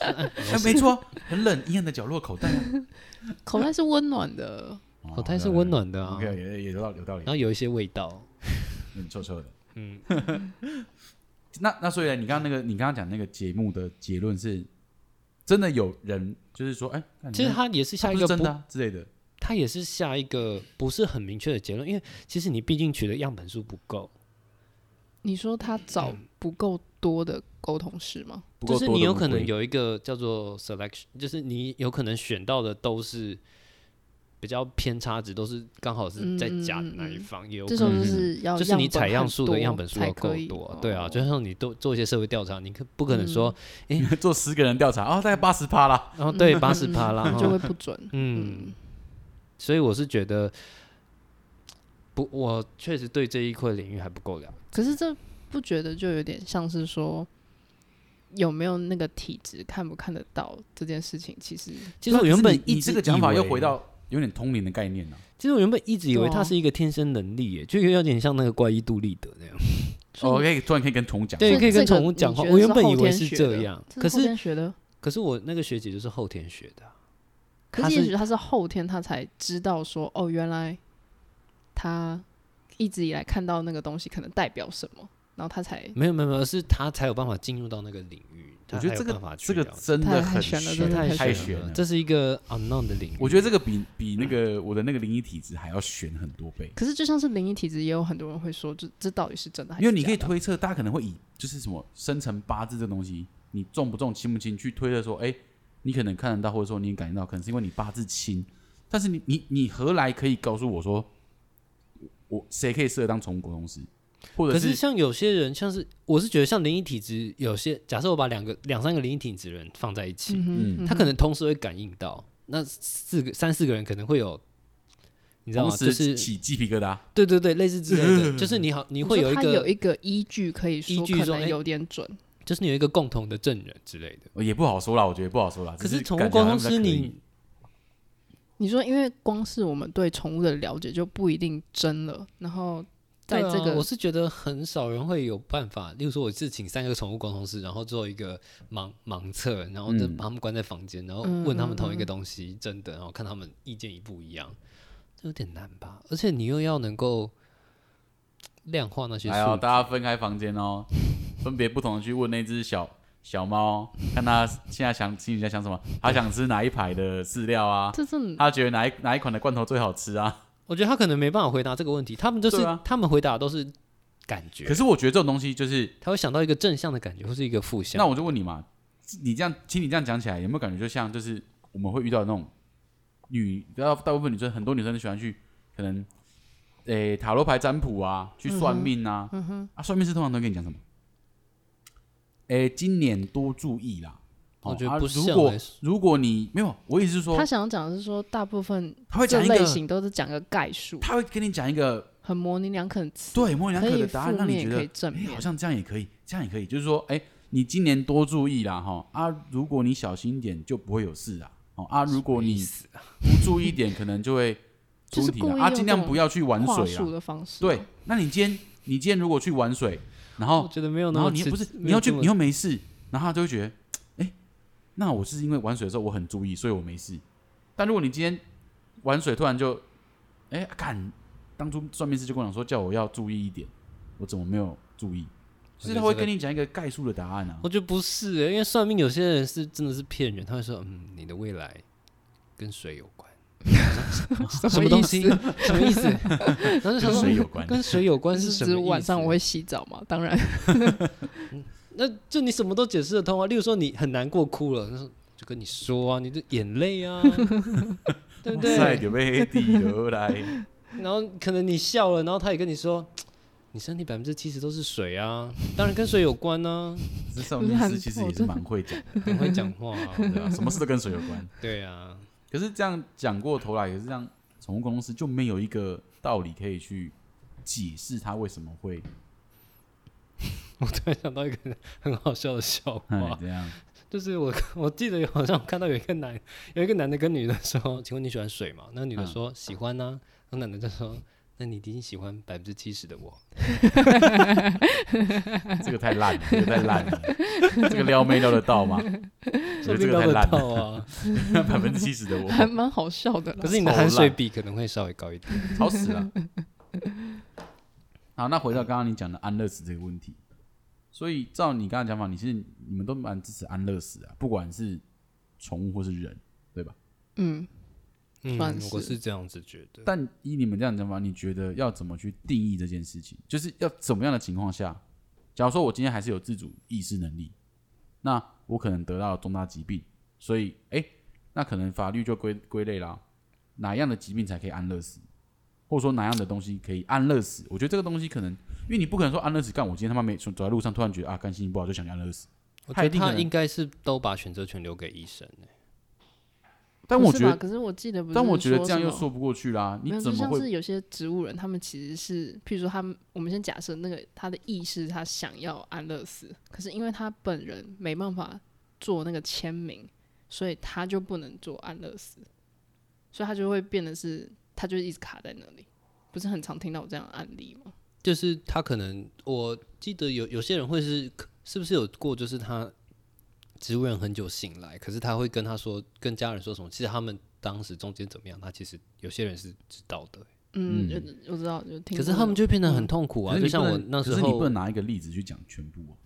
Speaker 2: 哎，没错，很冷，阴暗的角落口袋啊，
Speaker 3: 口袋是温暖的，
Speaker 1: 口袋是温暖的啊。啊
Speaker 2: ，OK，也也有道理，有道理
Speaker 1: 然，后有一些味道，
Speaker 2: 嗯，臭臭的，嗯。 那那所以呢，你刚刚那个，你刚刚讲那个节目的结论是，真的有人就是说，哎，那你
Speaker 1: 其实
Speaker 2: 那
Speaker 1: 他也是下一
Speaker 2: 不
Speaker 1: 个
Speaker 2: 是真
Speaker 1: 不
Speaker 2: 的啊之类的，
Speaker 1: 它也是下一个不是很明确的结论，因为其实你毕竟取的样本数不够，
Speaker 3: 你说他找不够多的沟通师吗？
Speaker 2: 不
Speaker 1: 就
Speaker 2: 够
Speaker 1: 是
Speaker 2: 多
Speaker 1: 你
Speaker 2: 的
Speaker 1: 有
Speaker 2: 乌
Speaker 1: 可能
Speaker 2: 龟
Speaker 1: 有一个叫做 selection，就是你有可能选到的都是比较偏差值，都是刚好是在假的那一方，也有可
Speaker 3: 嗯这
Speaker 1: 能
Speaker 3: 时候就是要
Speaker 1: 就是你采样
Speaker 3: 样
Speaker 1: 数
Speaker 3: 本
Speaker 1: 的
Speaker 3: 很
Speaker 1: 样本数
Speaker 3: 才
Speaker 1: 要够
Speaker 3: 可以哦
Speaker 1: 多，对啊，就像你都做一些社会调查，你可不可能说，
Speaker 2: 做十个人调查啊、哦，大概八十趴啦。
Speaker 3: 嗯
Speaker 1: 然后对八十趴啦，
Speaker 3: 就
Speaker 1: 哈
Speaker 3: 会不准。
Speaker 1: 嗯，所以我是觉得不，我确实对这一块领域还不够了解。
Speaker 3: 可是这不觉得就有点像是说有没有那个体质看不看得到这件事情，其实
Speaker 1: 其实我原本
Speaker 2: 可是你
Speaker 1: 一
Speaker 2: 你
Speaker 1: 直
Speaker 2: 这个讲法
Speaker 1: 以为
Speaker 2: 又回，到有点通灵的概念了、啊
Speaker 1: 其实我原本一直以为
Speaker 3: 对啊
Speaker 1: 它是一个天生能力耶，就有点像那个怪异杜立德那样。
Speaker 2: 哦，可以突然可以跟虫讲话，
Speaker 1: 对，
Speaker 3: 所以
Speaker 1: 可以跟
Speaker 3: 这个
Speaker 1: 宠物讲
Speaker 3: 你
Speaker 1: 话。
Speaker 3: 觉得
Speaker 1: 我
Speaker 3: 是
Speaker 1: 原本
Speaker 3: 后
Speaker 1: 以为
Speaker 3: 天
Speaker 1: 是
Speaker 3: 学
Speaker 1: 这
Speaker 3: 的
Speaker 1: 样，
Speaker 3: 这
Speaker 1: 可
Speaker 3: 后
Speaker 1: 是
Speaker 3: 天学的，
Speaker 1: 可是我那个学姐就是后天学的啊，
Speaker 3: 可
Speaker 1: 他
Speaker 3: 是也
Speaker 1: 是
Speaker 3: 许他是后天他才知道说，哦，原来他一直以来看到那个东西可能代表什么，然后他才
Speaker 1: 没有没有没有，是她才有办法进入到那个领域，
Speaker 2: 我
Speaker 1: 她
Speaker 2: 觉得
Speaker 1: 才
Speaker 2: 这
Speaker 1: 有
Speaker 2: 个
Speaker 1: 办法去
Speaker 2: 这个
Speaker 1: 了解
Speaker 2: 真的
Speaker 3: 太
Speaker 2: 很
Speaker 3: 玄了
Speaker 2: 玄
Speaker 3: 真的
Speaker 1: 太
Speaker 2: 太
Speaker 1: 玄
Speaker 2: 了。
Speaker 1: 这是一个 unknown 的领域。
Speaker 2: 我觉得这个比比那个我的那个灵异体质还要悬很多倍，
Speaker 3: 可是就像是灵异体质，也有很多人会说，这这到底是真的还是
Speaker 2: 因为你可以
Speaker 3: 假的
Speaker 2: 推测，大家可能会以就是什么生辰八字这东西，你重不重、亲不亲去推测说，哎、你可能看得到，或者说你感觉到，可能是因为你八字亲，但是你你你何来可以告诉我说，我谁可以适合当宠物沟通师，或者
Speaker 1: 可是像有些人，像是我是觉得像灵异体质，有些假设我把两个两三个灵异体质人放在一起，
Speaker 3: 嗯哼
Speaker 2: 嗯
Speaker 1: 他可能同时会感应到，那四个三四个人可能会有，你知道
Speaker 2: 同
Speaker 1: 吗？就
Speaker 2: 时
Speaker 1: 是
Speaker 2: 起鸡皮疙瘩？
Speaker 1: 对对对，类似之类 的，就是你好，你
Speaker 3: 你
Speaker 1: 会
Speaker 3: 说
Speaker 1: 有一
Speaker 3: 他
Speaker 1: 个
Speaker 3: 有，一个依据可以
Speaker 1: 依
Speaker 3: 说
Speaker 1: 据
Speaker 3: 可
Speaker 1: 说哎
Speaker 3: 能有点准，
Speaker 1: 就是你有一个共同的证人之类的。
Speaker 2: 呃也不好说啦，我觉得不好说啦。
Speaker 1: 可
Speaker 2: 只
Speaker 1: 是宠物
Speaker 2: 啊感觉
Speaker 1: 沟通
Speaker 2: 好像比较
Speaker 1: 师，
Speaker 2: 可以
Speaker 1: 你
Speaker 3: 你说，因为光是我们对宠物的了解就不一定真了，然后在
Speaker 1: 对啊
Speaker 3: 这个、
Speaker 1: 我是觉得很少人会有办法。例如说，我是请三个宠物沟通师，然后做一个盲盲测，然后就
Speaker 2: 嗯
Speaker 1: 把他们关在房间，然后
Speaker 3: 嗯
Speaker 1: 问他们
Speaker 3: 嗯
Speaker 1: 同一个东西，真的，然后看他们意见一不一样，这有点难吧？而且你又要能够量化那些
Speaker 2: 还有
Speaker 1: 数据，
Speaker 2: 哎大家分开房间哦， 分别不同的去问那只小小猫，看它现在想心里在想什么，它想吃哪一排的饲料啊，
Speaker 3: 这是
Speaker 2: 它觉得哪一哪一款的罐头最好吃啊。
Speaker 1: 我觉得他可能没办法回答这个问题。他们就是、
Speaker 2: 对啊
Speaker 1: 他们回答都是感觉，
Speaker 2: 可是我觉得这种东西就是，
Speaker 1: 他会想到一个正向的感觉，或是一个负向。
Speaker 2: 那我就问你嘛，你这样听你这样讲起来，有没有感觉就像就是我们会遇到那种女，大大部分女生，很多女生都喜欢去可能，诶、塔罗牌占卜啊，去算命啊，
Speaker 3: 嗯
Speaker 2: 啊，算命师通常都跟你讲什么？诶、今年多注意啦。哦
Speaker 1: 我觉
Speaker 2: 啊
Speaker 1: 得不像、
Speaker 2: 如果
Speaker 1: 欸
Speaker 2: 如果你没有，我意思是说
Speaker 3: 他，想要讲的是说，大部分
Speaker 2: 他会
Speaker 3: 这
Speaker 2: 讲一
Speaker 3: 类
Speaker 2: 个，
Speaker 3: 型都是讲个概述，
Speaker 2: 他会跟你讲一个
Speaker 3: 很模棱两可的词，
Speaker 2: 对模棱
Speaker 3: 可
Speaker 2: 两可
Speaker 3: 以
Speaker 2: 的答
Speaker 3: 负
Speaker 2: 案，让你
Speaker 3: 面
Speaker 2: 觉
Speaker 3: 也
Speaker 2: 得
Speaker 3: 可以正
Speaker 2: 哎
Speaker 3: 面
Speaker 2: 好。像这样也可以，这样也可以，就是说，哎、你今年多注意啦，哈啊，如果你小心一点，就不会有事啊，哦啊，如果
Speaker 1: 什
Speaker 2: 你
Speaker 1: 么意思啊
Speaker 2: 不注意一点，可能就会出
Speaker 3: 就是
Speaker 2: 问题
Speaker 3: 故
Speaker 2: 了
Speaker 3: 意
Speaker 2: 啊，
Speaker 3: 用
Speaker 2: 尽
Speaker 3: 这
Speaker 2: 量
Speaker 3: 种
Speaker 2: 不要去玩
Speaker 3: 话
Speaker 2: 水
Speaker 3: 术
Speaker 2: 啊。
Speaker 3: 的方式，
Speaker 2: 对，，那你今天你今天如果去玩水，然
Speaker 1: 我
Speaker 2: 后
Speaker 1: 觉得没有那
Speaker 2: 哦
Speaker 1: 么
Speaker 2: 然后你又
Speaker 1: 刺
Speaker 2: 不是
Speaker 1: 没
Speaker 2: 你
Speaker 1: 有
Speaker 2: 又去
Speaker 1: 这么
Speaker 2: 你又没事，然后他就会觉得，哎、那我是因为玩水的时候我很注意，所以我没事。但如果你今天玩水突然就，哎、干，当初算命师就跟我讲说叫我要注意一点，我怎么没有注意？就
Speaker 1: 我觉
Speaker 2: 是
Speaker 1: 得
Speaker 2: 他会
Speaker 1: 这个
Speaker 2: 跟你讲一个概述的答案啊
Speaker 1: 我。觉得不是、欸，因为算命有些人是真的是骗人，他会说，嗯，你的未来跟水有关，什么东西，什么意思？ 然后就想
Speaker 2: 跟
Speaker 1: 说
Speaker 2: 水有关
Speaker 1: 跟水有关
Speaker 3: 是
Speaker 1: 是什
Speaker 3: 指
Speaker 1: 么意思？
Speaker 3: 晚上我会洗澡嘛？当然，
Speaker 1: 那就你什么都解释得通啊。例如说你很难过哭了，那时候就跟你说啊，你的眼泪 啊，对不
Speaker 2: 塞
Speaker 1: 对？
Speaker 2: 就被地流来，
Speaker 1: 然后可能你笑了，然后他也跟你说。你身体百分之七十都是水啊，当然跟水有关呢、
Speaker 2: 这 算命师其实也是蛮会讲的，
Speaker 1: 啊，很会讲话、啊，
Speaker 2: 对啊，什么事都跟水有关。
Speaker 1: 对啊，
Speaker 2: 可是这样讲过头来，可是这样宠物公司就没有一个道理可以去解释它为什么会
Speaker 1: 我突 然想到一个很好笑的笑话
Speaker 2: 哎，这样。
Speaker 1: 就是我 我记得有好像看到有一个男有一个男的跟女的说，请问你喜欢水吗？那个女的
Speaker 2: 嗯
Speaker 1: 说、喜欢呢、那男的就说，那你一定喜欢百分之七十的我。
Speaker 2: 这个太烂，了，这个太烂了，这个撩妹撩得到吗？
Speaker 1: 说
Speaker 2: 我
Speaker 1: 不定
Speaker 2: 觉得这个
Speaker 1: 撩
Speaker 2: 太
Speaker 1: 得
Speaker 2: 烂
Speaker 1: 到 啊，
Speaker 2: 了，百分之七十的我
Speaker 3: 还蛮好笑的啦。
Speaker 1: 可是你的
Speaker 2: 超
Speaker 1: 含水
Speaker 2: 烂
Speaker 1: 比可能会稍微高一点。
Speaker 2: 吵死了。好，那回到刚刚你讲的安乐死这个问题，所以照你刚刚讲法，你是你们都蛮支持安乐死啊，不管是宠物或是人，对吧？
Speaker 3: 嗯，
Speaker 1: 嗯
Speaker 3: 算，是
Speaker 1: 我是这样子觉得。
Speaker 2: 但依你们这样讲法，你觉得要怎么去定义这件事情？就是要怎么样的情况下？假如说我今天还是有自主意识能力，那我可能得到重大疾病，所以哎、诶那可能法律就归归类啦，哪样的疾病才可以安乐死，或者说哪样的东西可以安乐死？我觉得这个东西可能，因为你不可能说安乐死干，我今天他妈没走在路上突然觉得啊，干心情不好就想安乐死，
Speaker 1: 我
Speaker 2: 他
Speaker 1: 觉
Speaker 2: 一
Speaker 1: 得
Speaker 2: 定可
Speaker 1: 他
Speaker 2: 能
Speaker 1: 应该是都把选择权留给医生、欸、
Speaker 2: 但
Speaker 3: 不
Speaker 2: 我
Speaker 3: 是
Speaker 2: 觉
Speaker 3: 吧
Speaker 2: 得，
Speaker 3: 可是我记得不是，
Speaker 2: 但我觉得这样又说不过去啦。你
Speaker 3: 没有，
Speaker 2: 怎
Speaker 3: 就
Speaker 2: 么
Speaker 3: 像是
Speaker 2: 会？
Speaker 3: 有些植物人，他们其实是，譬如说他们，我们先假设那个他的意识，他想要安乐死，可是因为他本人没办法做那个签名，所以他就不能做安乐死，所以他就会变得是，他就一直卡在那里。不是很常听到有这样的案例吗？
Speaker 1: 就是他可能，我记得有有些人会是，是不是有过，就是他植物人很久醒来，可是他会跟他说，跟家人说什么？其实他们当时中间怎么样，他其实有些人是知道的，
Speaker 3: 嗯，我我知道，就听过有。
Speaker 1: 可是他们就变得很痛苦啊，
Speaker 2: 可是
Speaker 1: 就
Speaker 2: 你不
Speaker 1: 像我
Speaker 2: 能
Speaker 1: 那
Speaker 2: 可
Speaker 1: 时
Speaker 2: 是你不
Speaker 1: 候
Speaker 2: 能，拿一个例子去讲全部哦。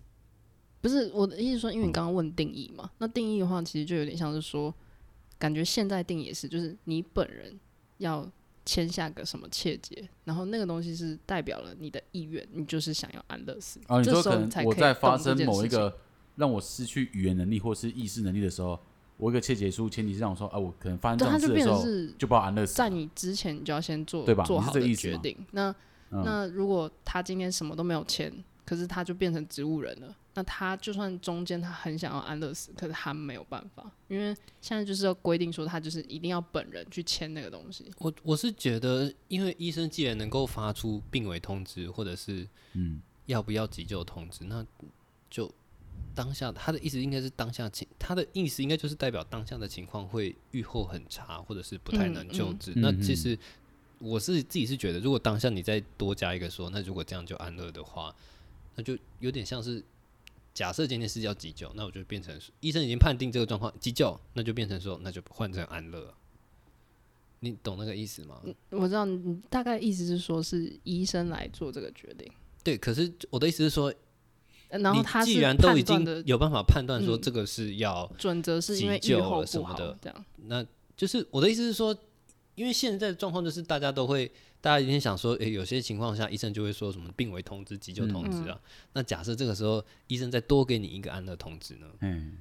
Speaker 3: 不是我的意思是说，
Speaker 2: 嗯
Speaker 3: 因为你刚刚问定义嘛，那定义的话，其实就有点像是说，感觉现在定义也是，就是你本人要签下个什么切结，然后那个东西是代表了你的意愿，你就是想要安乐死。
Speaker 2: 啊，你
Speaker 3: 这
Speaker 2: 说
Speaker 3: 时候
Speaker 2: 可能
Speaker 3: 才
Speaker 2: 我
Speaker 3: 可以
Speaker 2: 在发
Speaker 3: 动这
Speaker 2: 生
Speaker 3: 件
Speaker 2: 某一
Speaker 3: 事情
Speaker 2: 个让我失去语言能力或是意识能力的时候，我有一个切结书，前提是让我说，啊，我可能发生这
Speaker 3: 对，
Speaker 2: 种
Speaker 3: 它就
Speaker 2: 事的
Speaker 3: 变
Speaker 2: 时
Speaker 3: 成
Speaker 2: 候，
Speaker 3: 是
Speaker 2: 就把我安乐死
Speaker 3: 在
Speaker 2: 了。
Speaker 3: 你之前，你就要先做
Speaker 2: 对吧
Speaker 3: 做
Speaker 2: 你是
Speaker 3: 好
Speaker 2: 这个
Speaker 3: 的
Speaker 2: 意思
Speaker 3: 决
Speaker 2: 吗
Speaker 3: 定。那
Speaker 2: 嗯，
Speaker 3: 那如果他今天什么都没有签，可是他就变成植物人了，那他就算中间他很想要安乐死，可是他没有办法，因为现在就是要规定说他就是一定要本人去签那个东西。
Speaker 1: 我我是觉得，因为医生既然能够发出病危通知，或者是
Speaker 2: 嗯，
Speaker 1: 要不要急救通知，那就当下他的意思应该是当下情，他的意思应该就是代表当下的情况会愈后很差，或者是不太
Speaker 3: 嗯
Speaker 1: 能救治。
Speaker 2: 嗯
Speaker 1: 那
Speaker 2: 嗯
Speaker 1: 其实我是自己是觉得，如果当下你再多加一个说，那如果这样就安乐的话，那就有点像是。假设今天是要急救，那我就变成医生已经判定这个状况急救，那就变成说那就换成安乐。你懂那个意思吗？
Speaker 3: 我知道你大概意思是说是医生来做这个决定，
Speaker 1: 对，可是我的意思是说，
Speaker 3: 呃然后
Speaker 1: 你
Speaker 3: 他
Speaker 1: 既
Speaker 3: 是
Speaker 1: 然都已
Speaker 3: 判断
Speaker 1: 经
Speaker 3: 的
Speaker 1: 有办法判断说
Speaker 3: 嗯
Speaker 1: 这个是要
Speaker 3: 准则是因为
Speaker 1: 急
Speaker 3: 愈
Speaker 1: 救
Speaker 3: 后
Speaker 1: 了什
Speaker 3: 不
Speaker 1: 么
Speaker 3: 好
Speaker 1: 的
Speaker 3: 这样。
Speaker 1: 那就是我的意思是说，因为现在的状况就是大家都会，大家一定想说，诶、有些情况下医生就会说什么病危通知、急救通知
Speaker 3: 嗯
Speaker 1: 啊。那假设这个时候医生再多给你一个安乐通知呢？
Speaker 2: 哎，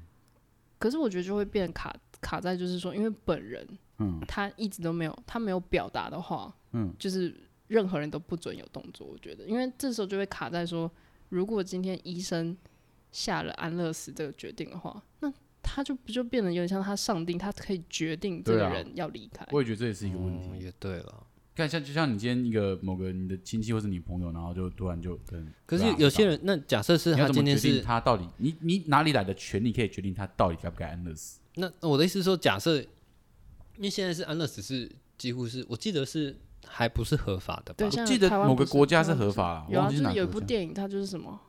Speaker 3: 可是我觉得就会变卡卡在就是说，因为本人
Speaker 2: 嗯，
Speaker 3: 他一直都没有，他没有表达的话，
Speaker 2: 嗯，
Speaker 3: 就是任何人都不准有动作。我觉得，因为这时候就会卡在说，如果今天医生下了安乐死这个决定的话，那他就不就变得有点像他上帝，他可以决定这
Speaker 2: 对
Speaker 3: 个
Speaker 2: 啊
Speaker 3: 人要离开。
Speaker 2: 我也觉得这也是一个问
Speaker 3: 哦
Speaker 1: 嗯
Speaker 2: 题。
Speaker 1: 也对了。
Speaker 2: 看像就像你今天一个某个你的亲戚或是你朋友，然后就突然就跟，
Speaker 1: 可是
Speaker 2: 对啊
Speaker 1: 有些人，那假设是
Speaker 2: 你要
Speaker 1: 他
Speaker 2: 怎么
Speaker 1: 今天
Speaker 2: 决定
Speaker 1: 是
Speaker 2: 他到底你你哪里来的权利可以决定他到底该不该安乐死？
Speaker 1: 那我的意思是说，假设因为现在是安乐死是几乎是我记得是还不是合法的吧？
Speaker 3: 对，
Speaker 2: 我
Speaker 3: 像
Speaker 2: 记得
Speaker 3: 台湾
Speaker 2: 某
Speaker 3: 不
Speaker 2: 个
Speaker 3: 是
Speaker 2: 国家
Speaker 3: 台
Speaker 2: 是
Speaker 3: 湾不
Speaker 2: 合法啦，我
Speaker 3: 有啊，
Speaker 2: 忘记
Speaker 3: 就是
Speaker 2: 哪
Speaker 3: 是
Speaker 2: 个
Speaker 3: 有一
Speaker 2: 国
Speaker 3: 部
Speaker 2: 家
Speaker 3: 电影，它就是什么，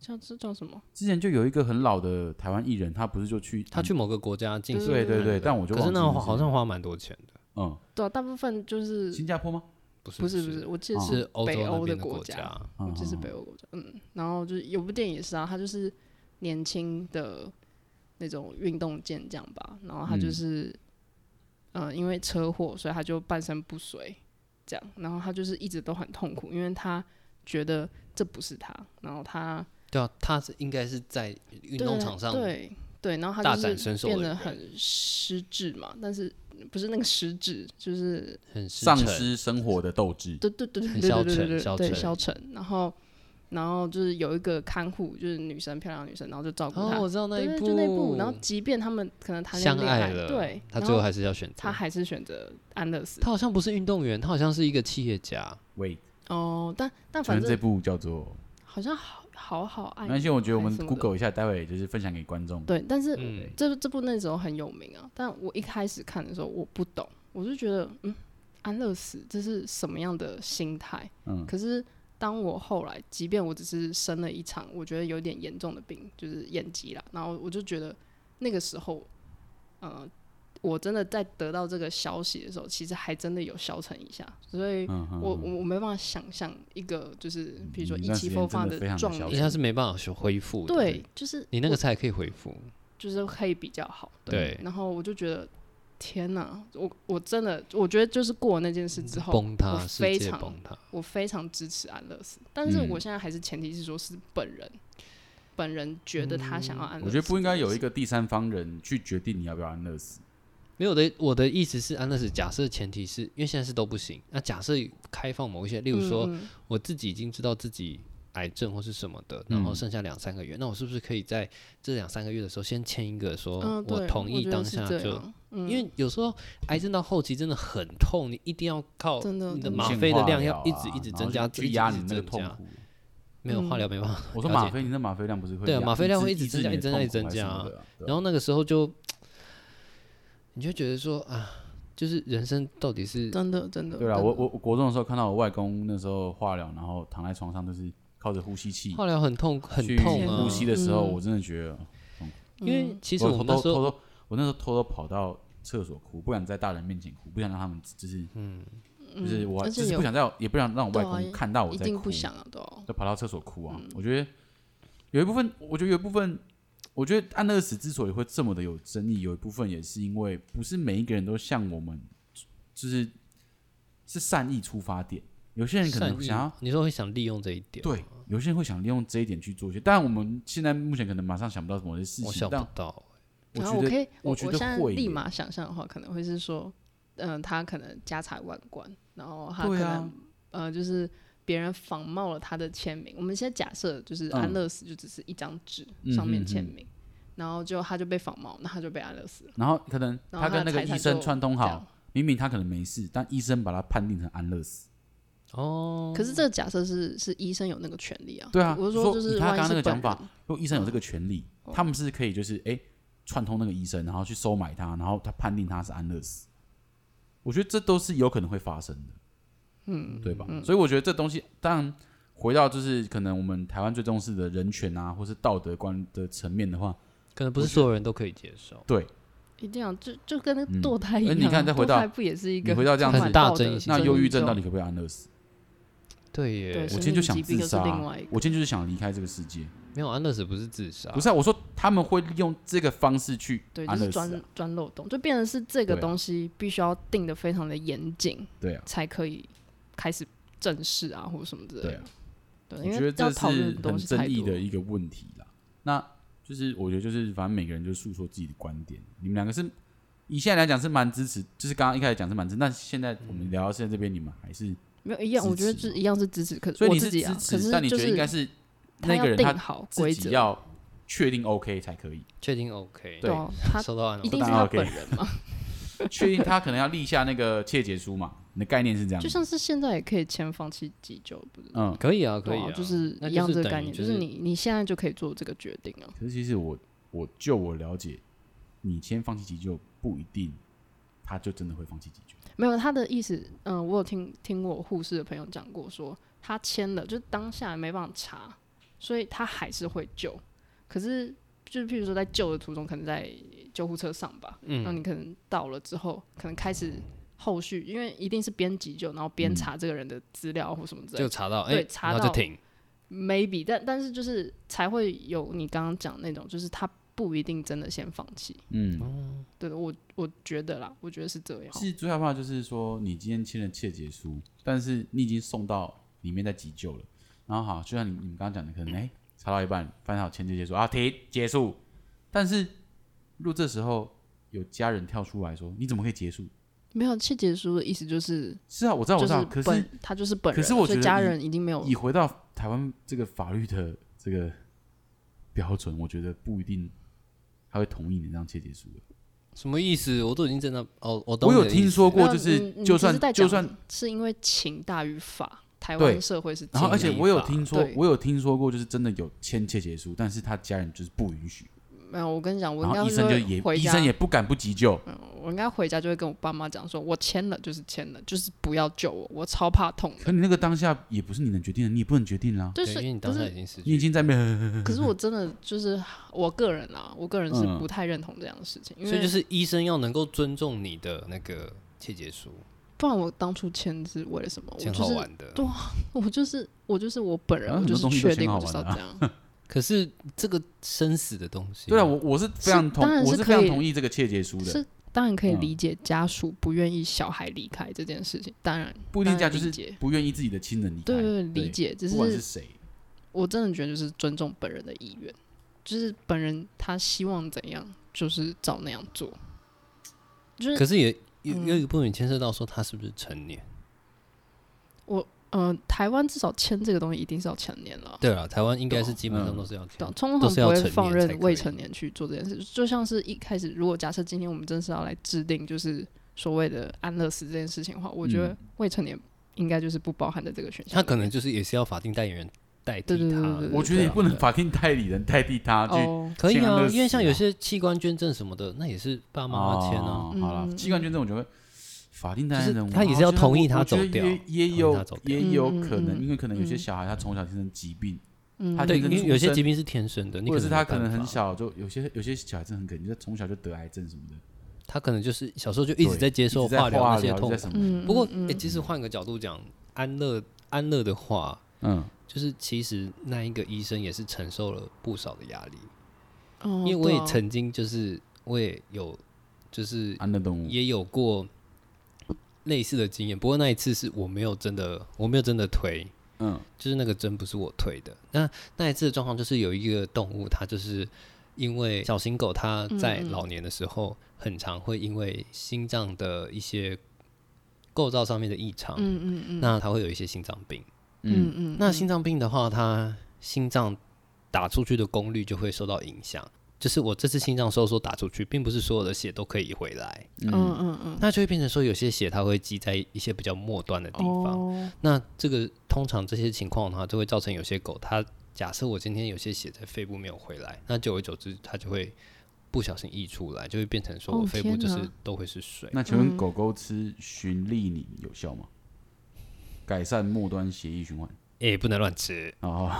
Speaker 3: 像这叫什么？
Speaker 2: 之前就有一个很老的台湾艺人，他不是就去
Speaker 1: 他去某个国家进行
Speaker 2: 对
Speaker 1: 安
Speaker 2: 对
Speaker 1: 乐
Speaker 2: 对，但我就
Speaker 1: 可
Speaker 2: 忘
Speaker 1: 是
Speaker 2: 记
Speaker 1: 那
Speaker 2: 名字
Speaker 1: 好像花蛮多钱的，
Speaker 2: 嗯，
Speaker 3: 对啊，大部分就是
Speaker 2: 新加坡吗？
Speaker 1: 不是
Speaker 3: 不是不是，我记得
Speaker 2: 哦
Speaker 1: 是欧
Speaker 3: 北
Speaker 1: 洲那
Speaker 3: 欧的
Speaker 1: 边的
Speaker 3: 国家
Speaker 1: 家，
Speaker 3: 我记得是北欧国家，嗯，然后就是有部电影也是啊，他就是年轻的那种运动健将吧，然后他就是，嗯、因为车祸，所以他就半身不遂，这样，然后他就是一直都很痛苦，因为他觉得这不是他，然后他
Speaker 1: 对啊，他是应该是在运
Speaker 3: 对
Speaker 1: 动场上
Speaker 3: 对对，然后
Speaker 1: 大
Speaker 3: 他
Speaker 1: 展
Speaker 3: 就
Speaker 1: 身
Speaker 3: 是
Speaker 1: 手的
Speaker 3: 变得
Speaker 1: 人
Speaker 3: 很失智嘛，但是不是那个失智，就是
Speaker 1: 很失
Speaker 2: 丧
Speaker 1: 诚
Speaker 2: 失生活的斗志。
Speaker 3: 对对对对
Speaker 1: 很
Speaker 3: 对
Speaker 1: 消
Speaker 3: 对对
Speaker 1: 沉
Speaker 3: 对
Speaker 1: 消
Speaker 3: 对对
Speaker 1: 沉
Speaker 3: 消沉，然后然后就是有一个看护，就是女生漂亮的女生，然后就照顾她，
Speaker 1: 哦，我知道那一
Speaker 3: 对对
Speaker 1: 部，
Speaker 3: 就那部，然后即便他们可能谈
Speaker 1: 相
Speaker 3: 恋
Speaker 1: 爱
Speaker 3: 爱
Speaker 1: 了，
Speaker 3: 对，
Speaker 1: 他
Speaker 3: 然
Speaker 1: 最后还是要选择。
Speaker 3: 他还是选择安乐死
Speaker 1: 他好像不是运动员，他好像是一个企业家。
Speaker 2: Wait，
Speaker 3: 哦，但但
Speaker 2: 可
Speaker 3: 反
Speaker 2: 能这
Speaker 3: 正
Speaker 2: 部叫做……
Speaker 3: 好像好好好
Speaker 2: 没
Speaker 3: 爱
Speaker 2: 关系，我觉得我
Speaker 3: 还
Speaker 2: 们
Speaker 3: 是什么的
Speaker 2: Google 一下，待会就是分享给观众。
Speaker 3: 对，但是
Speaker 1: 嗯，
Speaker 3: 这这部那时候很有名啊，但我一开始看的时候我不懂，我就觉得嗯，安乐死这是什么样的心态？
Speaker 2: 嗯
Speaker 3: 可是当我后来，即便我只是生了一场我觉得有点严重的病，就是眼疾啦，然后我就觉得那个时候，呃，我真的在得到这个消息的时候，其实还真的有消沉一下，所以
Speaker 2: 嗯嗯
Speaker 3: 我我我没办法想象一个就是比如说
Speaker 2: 嗯
Speaker 3: 意
Speaker 2: 那
Speaker 3: 气
Speaker 2: 时间
Speaker 3: 风
Speaker 2: 真
Speaker 3: 发
Speaker 2: 的非常的
Speaker 3: 壮
Speaker 2: 消
Speaker 1: 因为
Speaker 2: 沉
Speaker 3: 年，
Speaker 1: 他是没办法去恢复的，
Speaker 3: 对，就是
Speaker 1: 你那个才可以恢复。
Speaker 3: 就是可以比较好。
Speaker 1: 对
Speaker 3: 然后我就觉得，天哪，我我真的，我觉得就是过了那件事之后，
Speaker 1: 嗯崩塌，
Speaker 3: 我
Speaker 1: 世
Speaker 3: 非
Speaker 1: 界
Speaker 3: 常
Speaker 1: 崩塌。
Speaker 3: 我非常支持安乐死，但是
Speaker 2: 嗯
Speaker 3: 我现在还是前提是说是本人，本人觉得他想要
Speaker 1: 嗯
Speaker 3: 安乐死、
Speaker 2: 我觉得不应该有一
Speaker 3: 个，
Speaker 2: 个第三方人去决定你要不要安乐死。
Speaker 1: 没有我的，我的意思是，安乐死假设前提是因为现在是都不行。那假设开放某一些，例如说，
Speaker 3: 嗯
Speaker 1: 我自己已经知道自己癌症或是什么的，然后剩下两三个月，那我是不是可以在这两三个月的时候先签一个，说
Speaker 3: 嗯，
Speaker 1: 我
Speaker 3: 对
Speaker 1: 同意
Speaker 3: 觉得
Speaker 1: 当
Speaker 3: 是
Speaker 1: 下
Speaker 3: 这
Speaker 1: 就
Speaker 3: 样嗯
Speaker 1: 因为有时候癌症到后期真的很痛，你一定要靠
Speaker 3: 真的
Speaker 1: 你的
Speaker 3: 真
Speaker 2: 无
Speaker 3: 的
Speaker 1: 吗
Speaker 2: 限
Speaker 1: 啡的
Speaker 2: 化
Speaker 1: 量
Speaker 2: 疗
Speaker 1: 要一
Speaker 2: 啊
Speaker 1: 直一直
Speaker 2: 然后
Speaker 1: 增
Speaker 2: 去
Speaker 1: 加，
Speaker 2: 去
Speaker 1: 一直
Speaker 2: 压
Speaker 1: 一直
Speaker 2: 你那个
Speaker 1: 增
Speaker 2: 痛
Speaker 1: 加
Speaker 2: 苦。
Speaker 1: 没有化疗没办法。
Speaker 2: 我说
Speaker 1: 了
Speaker 2: 吗
Speaker 1: 解
Speaker 2: 啡，你那吗啡量不是会
Speaker 1: 对啊
Speaker 2: 压
Speaker 1: 吗啡量
Speaker 2: 抑制
Speaker 1: 会一直
Speaker 2: 抑制
Speaker 1: 增加
Speaker 2: 你
Speaker 1: 一直增加一
Speaker 2: 的痛
Speaker 1: 直增
Speaker 2: 苦还是
Speaker 1: 加
Speaker 2: 什么
Speaker 1: 啊
Speaker 2: 的啊
Speaker 3: 嗯
Speaker 2: 对啊
Speaker 1: 然后那个时候就，你就觉得说啊，就是人生到底是
Speaker 3: 真的真的。
Speaker 2: 对
Speaker 3: 啊，
Speaker 2: 啦，我我我国中的时候看到我外公那时候化疗，然后躺在床上就是靠着呼吸器
Speaker 1: 化疗很痛很
Speaker 2: 去
Speaker 1: 痛啊嗯
Speaker 2: 呼，吸的时候，
Speaker 3: 嗯
Speaker 2: 我真的觉得，
Speaker 1: 因为其实
Speaker 2: 我
Speaker 1: 我
Speaker 2: 偷
Speaker 1: 那
Speaker 2: 偷
Speaker 1: 时候
Speaker 2: 偷偷，我那时候偷偷跑到厕所哭，不敢在大人面前哭，不想让他们就是就是
Speaker 3: 嗯
Speaker 2: 我
Speaker 3: 而
Speaker 2: 就
Speaker 3: 且
Speaker 2: 是
Speaker 3: 有
Speaker 2: 不想在我也不想让我外
Speaker 3: 对
Speaker 2: 公
Speaker 3: 啊
Speaker 2: 看到我
Speaker 3: 一
Speaker 2: 在
Speaker 3: 定
Speaker 2: 哭
Speaker 3: 不，想嗯啊，都要
Speaker 2: 就跑到厕所哭啊。我觉得有一部分，我觉得有一部分，我觉得安乐死之所以会这么的有争议，有一部分也是因为不是每一个人都像我们，就是是善意出发点。有些人可
Speaker 1: 善
Speaker 2: 能
Speaker 1: 意
Speaker 2: 想要，
Speaker 1: 你说会想利用这一点，
Speaker 2: 对，
Speaker 3: 啊
Speaker 2: 有些人会想利用这一点去做一些，但我们现在目前可能马上想不到某些事
Speaker 1: 我
Speaker 2: 情
Speaker 1: 想，不
Speaker 2: 但
Speaker 1: 到，
Speaker 2: 我
Speaker 3: 然
Speaker 2: 觉
Speaker 3: 后我
Speaker 2: 得
Speaker 3: 可以，
Speaker 2: 我
Speaker 3: 我
Speaker 2: 觉得
Speaker 3: 现在
Speaker 2: 会
Speaker 3: 立
Speaker 2: 耶
Speaker 3: 马想象的话，可能会是说，嗯、他可能家财万贯，然后他可
Speaker 2: 对
Speaker 3: 能、
Speaker 2: 啊
Speaker 3: 呃，就是别人仿冒了他的签名。我们现在假设就是安
Speaker 2: 嗯
Speaker 3: 乐死就只是一张纸
Speaker 2: 嗯
Speaker 3: 上
Speaker 2: 嗯
Speaker 3: 面签
Speaker 2: 嗯
Speaker 3: 名，然后就他就被仿冒，那他就被安乐死了。
Speaker 2: 然后可能
Speaker 3: 然后
Speaker 2: 他跟
Speaker 3: 的
Speaker 2: 那个
Speaker 3: 财产
Speaker 2: 医生
Speaker 3: 就
Speaker 2: 串通
Speaker 3: 这
Speaker 2: 好
Speaker 3: 样，，
Speaker 2: 明明他可能没事，但医生把他判定成安乐死。
Speaker 1: 哦，
Speaker 3: 可是这个假设是是医生有那个权利啊。
Speaker 2: 对啊
Speaker 3: 我是
Speaker 2: 说
Speaker 3: 就
Speaker 2: 以
Speaker 3: 是
Speaker 2: 他
Speaker 3: 万
Speaker 2: 刚
Speaker 3: 一
Speaker 2: 刚
Speaker 3: 是
Speaker 2: 那个
Speaker 3: 本
Speaker 2: 讲法
Speaker 3: 人
Speaker 2: 如果医生有这个权利，
Speaker 3: 哦
Speaker 2: 他们是可以就是哎、诶串通那个医生，然后去收买他，然后他判定他是安乐死。我觉得这都是有可能会发生的，嗯，对吧？所以我觉得这东西，当然回到就是可能我们台湾最重视的人权啊，或是道德观的层面的话，
Speaker 1: 可能不是所有人都可以接受，
Speaker 3: 一定要就就跟那个
Speaker 2: 嗯
Speaker 3: 堕胎一
Speaker 2: 而
Speaker 3: 样啊，
Speaker 2: 你看再回
Speaker 3: 堕
Speaker 2: 到
Speaker 3: 胎不也是一
Speaker 2: 你
Speaker 3: 个
Speaker 2: 回到这样
Speaker 3: 充
Speaker 2: 子
Speaker 3: 满
Speaker 1: 大
Speaker 3: 道
Speaker 1: 争
Speaker 3: 德
Speaker 1: 议
Speaker 3: 性
Speaker 2: 那
Speaker 3: 的
Speaker 2: 忧郁
Speaker 3: 研
Speaker 2: 症
Speaker 3: 究
Speaker 2: 到底可不可以安乐死？
Speaker 1: 对耶，
Speaker 3: 对
Speaker 2: 我
Speaker 3: 生
Speaker 2: 今天就
Speaker 3: 命
Speaker 2: 想
Speaker 3: 疾
Speaker 2: 自
Speaker 3: 病又是
Speaker 2: 杀啊、
Speaker 3: 另外一个
Speaker 2: 我今天就是想离开这个世界。
Speaker 1: 没有安乐死不是自杀，
Speaker 2: 不是、啊，我说他们会利用这个方式去
Speaker 3: 对，就
Speaker 2: 安
Speaker 3: 是
Speaker 2: 乐死、啊
Speaker 3: 钻，钻漏洞，就变成是这个
Speaker 2: 对啊
Speaker 3: 东西必须要定的非常的严谨，
Speaker 2: 对啊，
Speaker 3: 才可以开始正式啊，或者什么之类
Speaker 2: 对啊
Speaker 3: 的。。对，
Speaker 2: 我
Speaker 3: 因
Speaker 2: 觉
Speaker 3: 为
Speaker 2: 得这
Speaker 3: 要
Speaker 2: 是
Speaker 3: 讨论的
Speaker 2: 很
Speaker 3: 东西
Speaker 2: 争
Speaker 3: 太
Speaker 2: 议
Speaker 3: 多
Speaker 2: 的
Speaker 3: 了。
Speaker 2: 一个问题啦。那就是我觉得就是反正每个人就诉说自己的观点，你们两个是以现在来讲是蛮支持，就是刚刚一开始讲是蛮支持，那现在我
Speaker 3: 嗯
Speaker 2: 们聊到现在这边，你们还是
Speaker 3: 没有一样，
Speaker 2: 支
Speaker 3: 我觉得
Speaker 2: 持
Speaker 3: 就是一样是支持，可
Speaker 2: 所以
Speaker 3: 我
Speaker 2: 你
Speaker 3: 自
Speaker 2: 是
Speaker 3: 己啊，
Speaker 2: 支
Speaker 3: 可
Speaker 2: 持，
Speaker 3: 是
Speaker 2: 但你觉
Speaker 3: 就
Speaker 2: 得
Speaker 3: 是
Speaker 2: 应该是
Speaker 3: 他
Speaker 2: 那
Speaker 3: 要
Speaker 2: 个人他
Speaker 3: 定好
Speaker 2: 自
Speaker 3: 规
Speaker 2: 己
Speaker 3: 则，
Speaker 2: 要确定 OK 才可以，
Speaker 1: 确定 OK，
Speaker 2: 对
Speaker 3: 啊，他
Speaker 1: 收到安
Speaker 3: 一
Speaker 1: 了
Speaker 3: 定
Speaker 2: 当
Speaker 3: 是
Speaker 2: 然
Speaker 3: 他
Speaker 2: OK
Speaker 3: 本人嘛，
Speaker 2: 确定他可能要立下那个切结书嘛，你的概念是这样
Speaker 3: 就
Speaker 2: 子，
Speaker 3: 像是现在也可以签放弃急救，不是？
Speaker 2: 嗯，
Speaker 1: 可以啊，可
Speaker 3: 对
Speaker 1: 以
Speaker 3: 啊
Speaker 1: 啊，，
Speaker 3: 就是
Speaker 1: 那
Speaker 3: 一样
Speaker 1: 就
Speaker 3: 这
Speaker 1: 是
Speaker 3: 个概
Speaker 1: 等于
Speaker 3: 念，
Speaker 1: 就是
Speaker 3: 你你现在就可以做这个决定啊。
Speaker 2: 可是其实我我就我了解，你先放弃急救不一定他就真的会放弃急救，
Speaker 3: 没有他的意思，嗯、我有听听我护士的朋友讲过说他签了，就当下没办法查，所以他还是会救。可是，就是譬如说在救的途中，可能在救护车上吧，嗯，那你可能到了之后，可能开始后续，因为一定是边急救，然后边
Speaker 2: 嗯
Speaker 3: 查这个人的资料或什么之类
Speaker 1: 就
Speaker 3: 的、
Speaker 1: 查到，
Speaker 3: 对
Speaker 1: 哎，
Speaker 3: 查
Speaker 1: 然后就
Speaker 3: 到
Speaker 1: 停，
Speaker 3: m a y b e 但但是就是才会有你刚刚讲那种，就是他不一定真的先放弃。
Speaker 2: 嗯。
Speaker 3: 对的，我我觉得啦，我觉得是这样。
Speaker 2: 其实最害怕的就是说，你今天签了切结书，但是你已经送到里面在急救了，然后好，就像你你们刚刚讲的，可能哎、查到一半，发现好签切结书啊，停结束。但是如果这时候有家人跳出来说，你怎么可以结束？
Speaker 3: 没有切结书的意思就是
Speaker 2: 是啊，我知道，我
Speaker 3: 就
Speaker 2: 知道，
Speaker 3: 是
Speaker 2: 可
Speaker 3: 本
Speaker 2: 是
Speaker 3: 他就是本
Speaker 2: 可
Speaker 3: 人，
Speaker 2: 是我
Speaker 3: 所
Speaker 2: 觉
Speaker 3: 以
Speaker 2: 得
Speaker 3: 家
Speaker 2: 以
Speaker 3: 人一定没有
Speaker 2: 以回到台湾这个法律的这个标准，我觉得不一定他会同意你这样切结书的。
Speaker 1: 什么意思？我都已经真的哦，我懂
Speaker 2: 我
Speaker 1: 你
Speaker 2: 有
Speaker 1: 的意
Speaker 2: 听
Speaker 1: 思
Speaker 2: 说
Speaker 1: 了
Speaker 2: 过，
Speaker 3: 没有
Speaker 2: 就
Speaker 3: 你嗯你
Speaker 2: 就
Speaker 3: 只
Speaker 2: 算
Speaker 3: 在
Speaker 2: 就
Speaker 3: 讲
Speaker 2: 算
Speaker 3: 是因为情大于法，台
Speaker 2: 对
Speaker 3: 湾社会是
Speaker 2: 然后，
Speaker 3: 这
Speaker 2: 而且
Speaker 3: 样
Speaker 2: 我有
Speaker 1: 法
Speaker 2: 听说
Speaker 3: 对，
Speaker 2: 我有听说过，就是真的有签切结书，但是他家人就是不允许，
Speaker 3: 没有，我跟你讲，我
Speaker 2: 然
Speaker 3: 应该
Speaker 2: 后医生就
Speaker 3: 会
Speaker 2: 也
Speaker 3: 回
Speaker 2: 医
Speaker 3: 家
Speaker 2: 生也不敢不急救，
Speaker 3: 嗯我应该回家就会跟我爸妈讲说，我签了就是签了，就是不要救我，我超怕痛
Speaker 2: 可
Speaker 3: 的。
Speaker 2: 你那个当下也不是你能决定的，你也不能决定啦，
Speaker 3: 就
Speaker 1: 对
Speaker 3: 是
Speaker 1: 因为你
Speaker 3: 可
Speaker 1: 当下已
Speaker 3: 是
Speaker 1: 经失
Speaker 2: 你已
Speaker 1: 去，
Speaker 2: 经在面，
Speaker 3: 可是我真的就是我个人啊，我个人是
Speaker 2: 嗯
Speaker 3: 不太认同这样的事情，因
Speaker 1: 所以
Speaker 3: 为
Speaker 1: 就是医生要能够尊重你的那个切结书，
Speaker 3: 不然我当初签是为了什么？我
Speaker 1: 挺
Speaker 3: 就
Speaker 1: 好
Speaker 3: 是
Speaker 1: 玩的。
Speaker 3: 对啊我就是我就是我本人，
Speaker 2: 啊
Speaker 3: 我
Speaker 2: 很
Speaker 3: 就
Speaker 2: 多
Speaker 3: 是
Speaker 2: 东西都
Speaker 3: 确
Speaker 2: 签
Speaker 3: 定
Speaker 2: 好
Speaker 3: 我就是要
Speaker 2: 玩的啊
Speaker 3: 这样。
Speaker 1: 可是这个生死的东西，
Speaker 2: 对啊，我我是非常同
Speaker 3: 当然是
Speaker 2: 我是
Speaker 3: 可
Speaker 2: 非
Speaker 3: 以
Speaker 2: 常同意这个切结书的，
Speaker 3: 是当然可以
Speaker 2: 嗯
Speaker 3: 理解家属不愿意小孩离开这件事情，当然
Speaker 2: 不一定
Speaker 3: 当
Speaker 2: 家
Speaker 3: 然
Speaker 2: 就是
Speaker 3: 理解
Speaker 2: 不愿意自己的亲人离开，
Speaker 3: 对
Speaker 1: 哎
Speaker 3: 对
Speaker 2: 对
Speaker 3: 理，解，只
Speaker 2: 不管是
Speaker 3: 是
Speaker 2: 谁，
Speaker 3: 我真的觉得就是尊重本人的意愿，就是本人他希望怎样，就是照那样做，就是
Speaker 1: 可是也有
Speaker 3: 嗯
Speaker 1: 有一部分牵涉到说他是不是成年，
Speaker 3: 我呃，台湾至少签这个东西一定是要成年了。
Speaker 1: 对啊了，台湾应该是基本上都是要这
Speaker 3: 对啊
Speaker 1: 样，，
Speaker 3: 通
Speaker 1: 都
Speaker 3: 常
Speaker 1: 是
Speaker 3: 不
Speaker 1: 要
Speaker 3: 会
Speaker 1: 成年
Speaker 3: 放
Speaker 1: 才
Speaker 3: 任
Speaker 1: 可
Speaker 3: 未
Speaker 1: 以
Speaker 3: 成年去做这件事，就像是一开始，如果假设今天我们真是要来制定就是所谓的安乐死这件事情的话，我觉得未成年应该就是不包含在这个选项里面。
Speaker 1: 嗯他可能就是也是要法定代言人代替
Speaker 3: 对对对
Speaker 1: 他
Speaker 3: 对。对
Speaker 2: 我觉得
Speaker 1: 对
Speaker 2: 也
Speaker 1: 啊
Speaker 2: 不能法定代理人代替他去。
Speaker 3: 哦，
Speaker 1: 可以
Speaker 2: 签安
Speaker 1: 啊
Speaker 2: 乐，
Speaker 1: 因为像
Speaker 2: 死
Speaker 1: 有
Speaker 2: 啊
Speaker 1: 些器官捐赠什么的，那也是爸妈签啊。
Speaker 2: 哦好了，
Speaker 3: 嗯
Speaker 2: 器官捐赠我觉得法定代理
Speaker 1: 就
Speaker 2: 人
Speaker 1: 是他也是要同意他
Speaker 2: 我觉得
Speaker 1: 走掉同
Speaker 2: 也也
Speaker 1: 意他
Speaker 2: 有
Speaker 1: 走掉
Speaker 2: 也有
Speaker 3: 嗯嗯
Speaker 2: 可能，
Speaker 3: 嗯
Speaker 2: 因为可能有些
Speaker 3: 嗯
Speaker 2: 小孩他从小天生疾病，
Speaker 3: 嗯
Speaker 2: 啊他
Speaker 1: 对，
Speaker 2: 就
Speaker 1: 因
Speaker 2: 是
Speaker 1: 为有些
Speaker 2: 出生
Speaker 1: 疾病是天生的，你
Speaker 2: 或者是
Speaker 1: 能
Speaker 2: 他
Speaker 1: 没
Speaker 2: 可能
Speaker 1: 办
Speaker 2: 很
Speaker 1: 法，
Speaker 2: 小就有些有些小孩子很可怜，就从小就得癌症什么的，
Speaker 1: 他可能就是小时候就一直
Speaker 2: 对
Speaker 1: 在接
Speaker 2: 一
Speaker 1: 受
Speaker 2: 直在
Speaker 1: 化疗那些
Speaker 2: 一直
Speaker 1: 痛
Speaker 2: 在
Speaker 1: 苦
Speaker 2: 什。么
Speaker 3: 嗯，
Speaker 1: 不过，
Speaker 3: 嗯
Speaker 1: 诶，其实换个角度讲，安乐安乐的话，
Speaker 2: 嗯，
Speaker 1: 就是其实那一个医生也是承受了不少的压力，
Speaker 3: 哦
Speaker 1: 因为我也
Speaker 3: 对啊
Speaker 1: 曾经就是我也有就是
Speaker 2: 安乐动物，
Speaker 1: 也有过类似的经验，不过那一次是我没有真的我没有真的推，
Speaker 2: 嗯
Speaker 1: 就是那个针不是我推的。那那一次的状况就是有一个动物，它就是因为小型狗，它在
Speaker 3: 嗯嗯
Speaker 1: 老年的时候，很常会因为心脏的一些构造上面的异常，
Speaker 3: 嗯嗯嗯，
Speaker 1: 那它会有一些心脏病。
Speaker 2: 嗯
Speaker 3: 嗯嗯，
Speaker 1: 那心脏病的话，它心脏打出去的功率就会受到影响。就是我这次心脏收缩打出去，并不是所有的血都可以回来，
Speaker 3: 嗯
Speaker 2: 嗯
Speaker 3: 嗯嗯，
Speaker 1: 那就会变成说有些血它会积在一些比较末端的地方。
Speaker 3: 哦
Speaker 1: 那这个通常这些情况的话，就会造成有些狗它假设我今天有些血在肺部没有回来，那久而久之它就会不小心溢出来，就会变成说
Speaker 3: 哦
Speaker 1: 我肺部就
Speaker 3: 天
Speaker 1: 是
Speaker 3: 哪
Speaker 1: 都会是水。
Speaker 2: 那请
Speaker 3: 嗯
Speaker 2: 问狗狗吃循利宁有效吗？改善末端血液循环
Speaker 1: 诶、不能乱吃，
Speaker 2: 哦，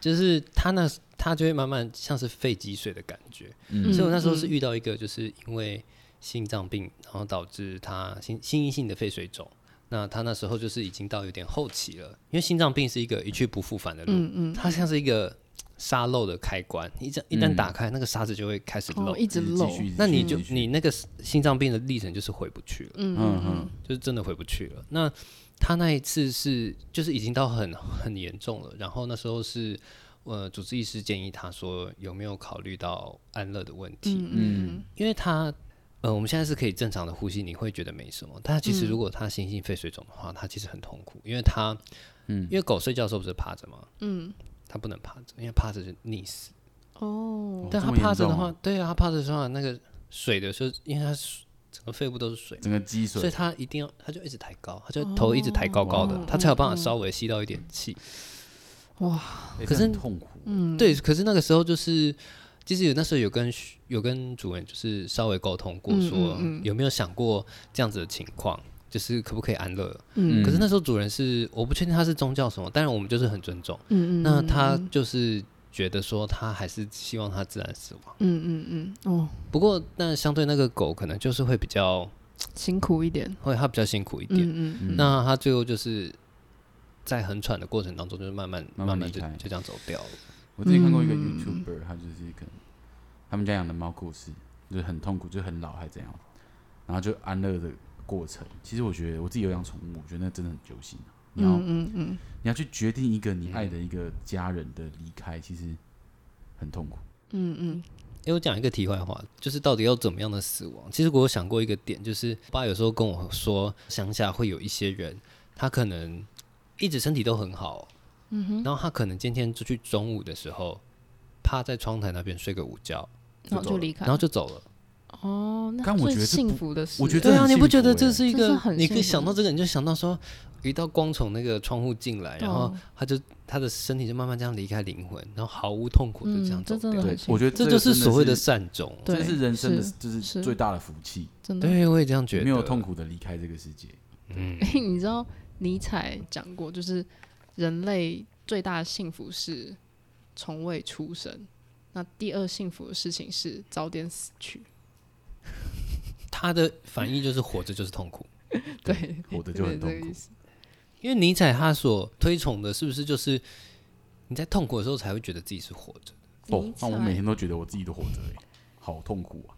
Speaker 1: 就是它那它就会慢慢像是肺积水的感觉。
Speaker 2: 嗯
Speaker 1: 所以我那时候是
Speaker 3: 嗯
Speaker 1: 遇到一个，就是因为心脏病，然后导致他心心因性的肺水肿。那他那时候就是已经到有点后期了，因为心脏病是一个一去不复返的路，
Speaker 3: 嗯嗯，
Speaker 1: 它像是一个沙漏的开关，一旦一旦
Speaker 2: 嗯
Speaker 1: 打开，那个沙子就会开始漏。
Speaker 3: 哦，一直漏，
Speaker 2: 继续
Speaker 1: 那你
Speaker 2: 继
Speaker 1: 就
Speaker 2: 续
Speaker 1: 你那个心脏病的历程就是回不去了，
Speaker 3: 嗯
Speaker 2: 嗯
Speaker 3: 嗯
Speaker 2: 嗯
Speaker 3: 嗯，
Speaker 1: 就是真的回不去了。那他那一次是就是已经到很很严重了，然后那时候是呃主治医师建议他说有没有考虑到安乐的问题，
Speaker 3: 嗯嗯
Speaker 1: 因为他呃我们现在是可以正常的呼吸，你会觉得没什么，但其实
Speaker 3: 嗯
Speaker 1: 如果他心性肺水肿的话，他其实很痛苦，因为他
Speaker 2: 嗯
Speaker 1: 因为狗睡觉的时候不是趴着吗？
Speaker 3: 嗯，
Speaker 1: 它不能趴着，因为趴着就溺死。
Speaker 3: 哦，
Speaker 1: 但
Speaker 2: 这
Speaker 1: 它
Speaker 2: 么严
Speaker 1: 趴着的
Speaker 2: 重
Speaker 1: 话
Speaker 2: 啊，
Speaker 1: 对啊，它趴着的话，那个水的时候，因为它水整个肺部都是水，
Speaker 2: 整个积
Speaker 1: 所以
Speaker 2: 水，
Speaker 1: 它一定要，它就一直抬高，它就头一直抬高高的
Speaker 2: 哦，
Speaker 1: 它才有办法
Speaker 3: 嗯
Speaker 1: 稍微吸到一点气。
Speaker 2: 哎
Speaker 1: 可
Speaker 2: 这很
Speaker 1: 是
Speaker 2: 痛苦，
Speaker 3: 嗯，
Speaker 1: 对，可是那个时候就是，其实有那时候有跟有跟主人就是稍微沟通过，
Speaker 3: 嗯
Speaker 1: 说
Speaker 3: 嗯嗯
Speaker 1: 有没有想过这样子的情况，就是可不可以安乐？
Speaker 3: 嗯
Speaker 1: 可是那时候主人是我不确定他是宗教什么，当然我们就是很尊重，
Speaker 3: 嗯嗯，
Speaker 1: 那他
Speaker 3: 嗯
Speaker 1: 就是觉得说他还是希望他自然死亡。
Speaker 3: 嗯嗯嗯，哦，
Speaker 1: 不过，那相对那个狗可能就是会比较
Speaker 3: 辛苦一点，
Speaker 1: 会它比较辛苦一点。
Speaker 3: 嗯嗯，
Speaker 1: 那它最后就是在很喘的过程当中，就是慢慢
Speaker 2: 慢慢
Speaker 1: 慢
Speaker 2: 离
Speaker 1: 就
Speaker 2: 开
Speaker 1: 就这样走掉了。
Speaker 2: 我之前看过一个
Speaker 3: 嗯
Speaker 2: YouTuber，他就是可能他们家养的猫故事，就是很痛苦，就很老还怎样，然后就安乐的过程。其实我觉得我自己有养宠物，我觉得那真的很揪心、啊。你要、
Speaker 3: 嗯嗯嗯，
Speaker 2: 你要去决定一个你爱的一个家人的离开，其实很痛苦。
Speaker 3: 嗯嗯，
Speaker 1: 因为我讲一个题外话，就是到底要怎么样的死亡？其实我有想过一个点，就是我爸有时候跟我说，乡下会有一些人，他可能一直身体都很好，嗯哼，然后他可能今天出去中午的时候，趴在窗台那边睡个午觉，
Speaker 3: 然后就离开
Speaker 1: 然，后就走了。
Speaker 3: 哦，那
Speaker 2: 但我
Speaker 3: 最
Speaker 2: 觉得这
Speaker 3: 幸
Speaker 2: 不
Speaker 3: 福的事，
Speaker 2: 我觉得
Speaker 1: 对
Speaker 2: 这
Speaker 1: 啊，
Speaker 2: 很
Speaker 1: 你不
Speaker 2: 幸
Speaker 1: 觉
Speaker 2: 福
Speaker 1: 得
Speaker 2: 欸
Speaker 1: 这是一
Speaker 3: 这是
Speaker 1: 个？
Speaker 3: 很欸
Speaker 1: 你可以
Speaker 3: 幸
Speaker 1: 想
Speaker 3: 福
Speaker 1: 到这个，你就想到说，一道光从那个窗户进来，然后
Speaker 3: 懂
Speaker 1: 他就他的身体就慢慢这样离开灵魂，然后毫无痛苦的这样
Speaker 3: 嗯
Speaker 1: 走
Speaker 3: 这真
Speaker 1: 掉
Speaker 3: 的。
Speaker 2: 对
Speaker 3: 很，幸
Speaker 2: 我觉得
Speaker 1: 这
Speaker 2: 个
Speaker 1: 就是
Speaker 2: 真
Speaker 1: 所谓的
Speaker 2: 是，
Speaker 1: 善终。
Speaker 3: 对
Speaker 2: 这是人生的
Speaker 3: 是
Speaker 2: 就是
Speaker 3: 是
Speaker 2: 最大的福气，
Speaker 3: 真的，
Speaker 1: 对，我也这样觉得。
Speaker 2: 没有痛，苦的离开这个世 界。
Speaker 1: 嗯，
Speaker 3: 你知道尼采讲过，就是人类最大的幸福是从未出生，那第二幸福的事情是早点死去。
Speaker 1: 他的反义就是活着就是痛苦，
Speaker 3: 对，
Speaker 2: 活得就很
Speaker 3: 对这
Speaker 2: 痛
Speaker 3: 个
Speaker 2: 苦
Speaker 3: 意思
Speaker 1: 因为尼采他所推崇的是不是就是你在痛苦的时候才会觉得自己是活着？
Speaker 2: 哦
Speaker 3: 尼，
Speaker 2: 那我
Speaker 3: 采
Speaker 2: 每天都觉得我自己都活着、欸，好痛苦啊！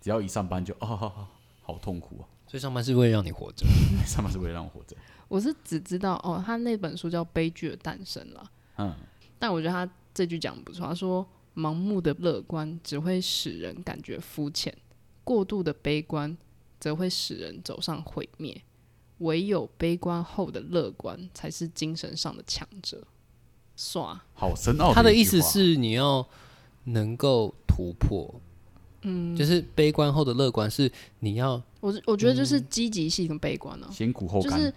Speaker 2: 只要一上班就哦， 好痛苦啊！
Speaker 1: 所以上班是为了让你活着。
Speaker 2: 上班是为了让我活着。
Speaker 3: 我是只知道哦，他那本书叫《悲剧的诞生》了，
Speaker 2: 嗯，
Speaker 3: 但我觉得他这句讲得不错，他说盲目的乐观只会使人感觉肤浅，过度的悲观则会使人走上毁灭。唯有悲观后的乐观才是精神上的强者。耍，
Speaker 2: 好深奥。
Speaker 1: 他的
Speaker 2: 意
Speaker 1: 意思，是你要能够突破，嗯，就是悲观后的乐观是你要
Speaker 3: 我我觉得就是积极性跟悲观呢、啊
Speaker 2: 先苦后
Speaker 3: 就
Speaker 2: 甘，
Speaker 3: 是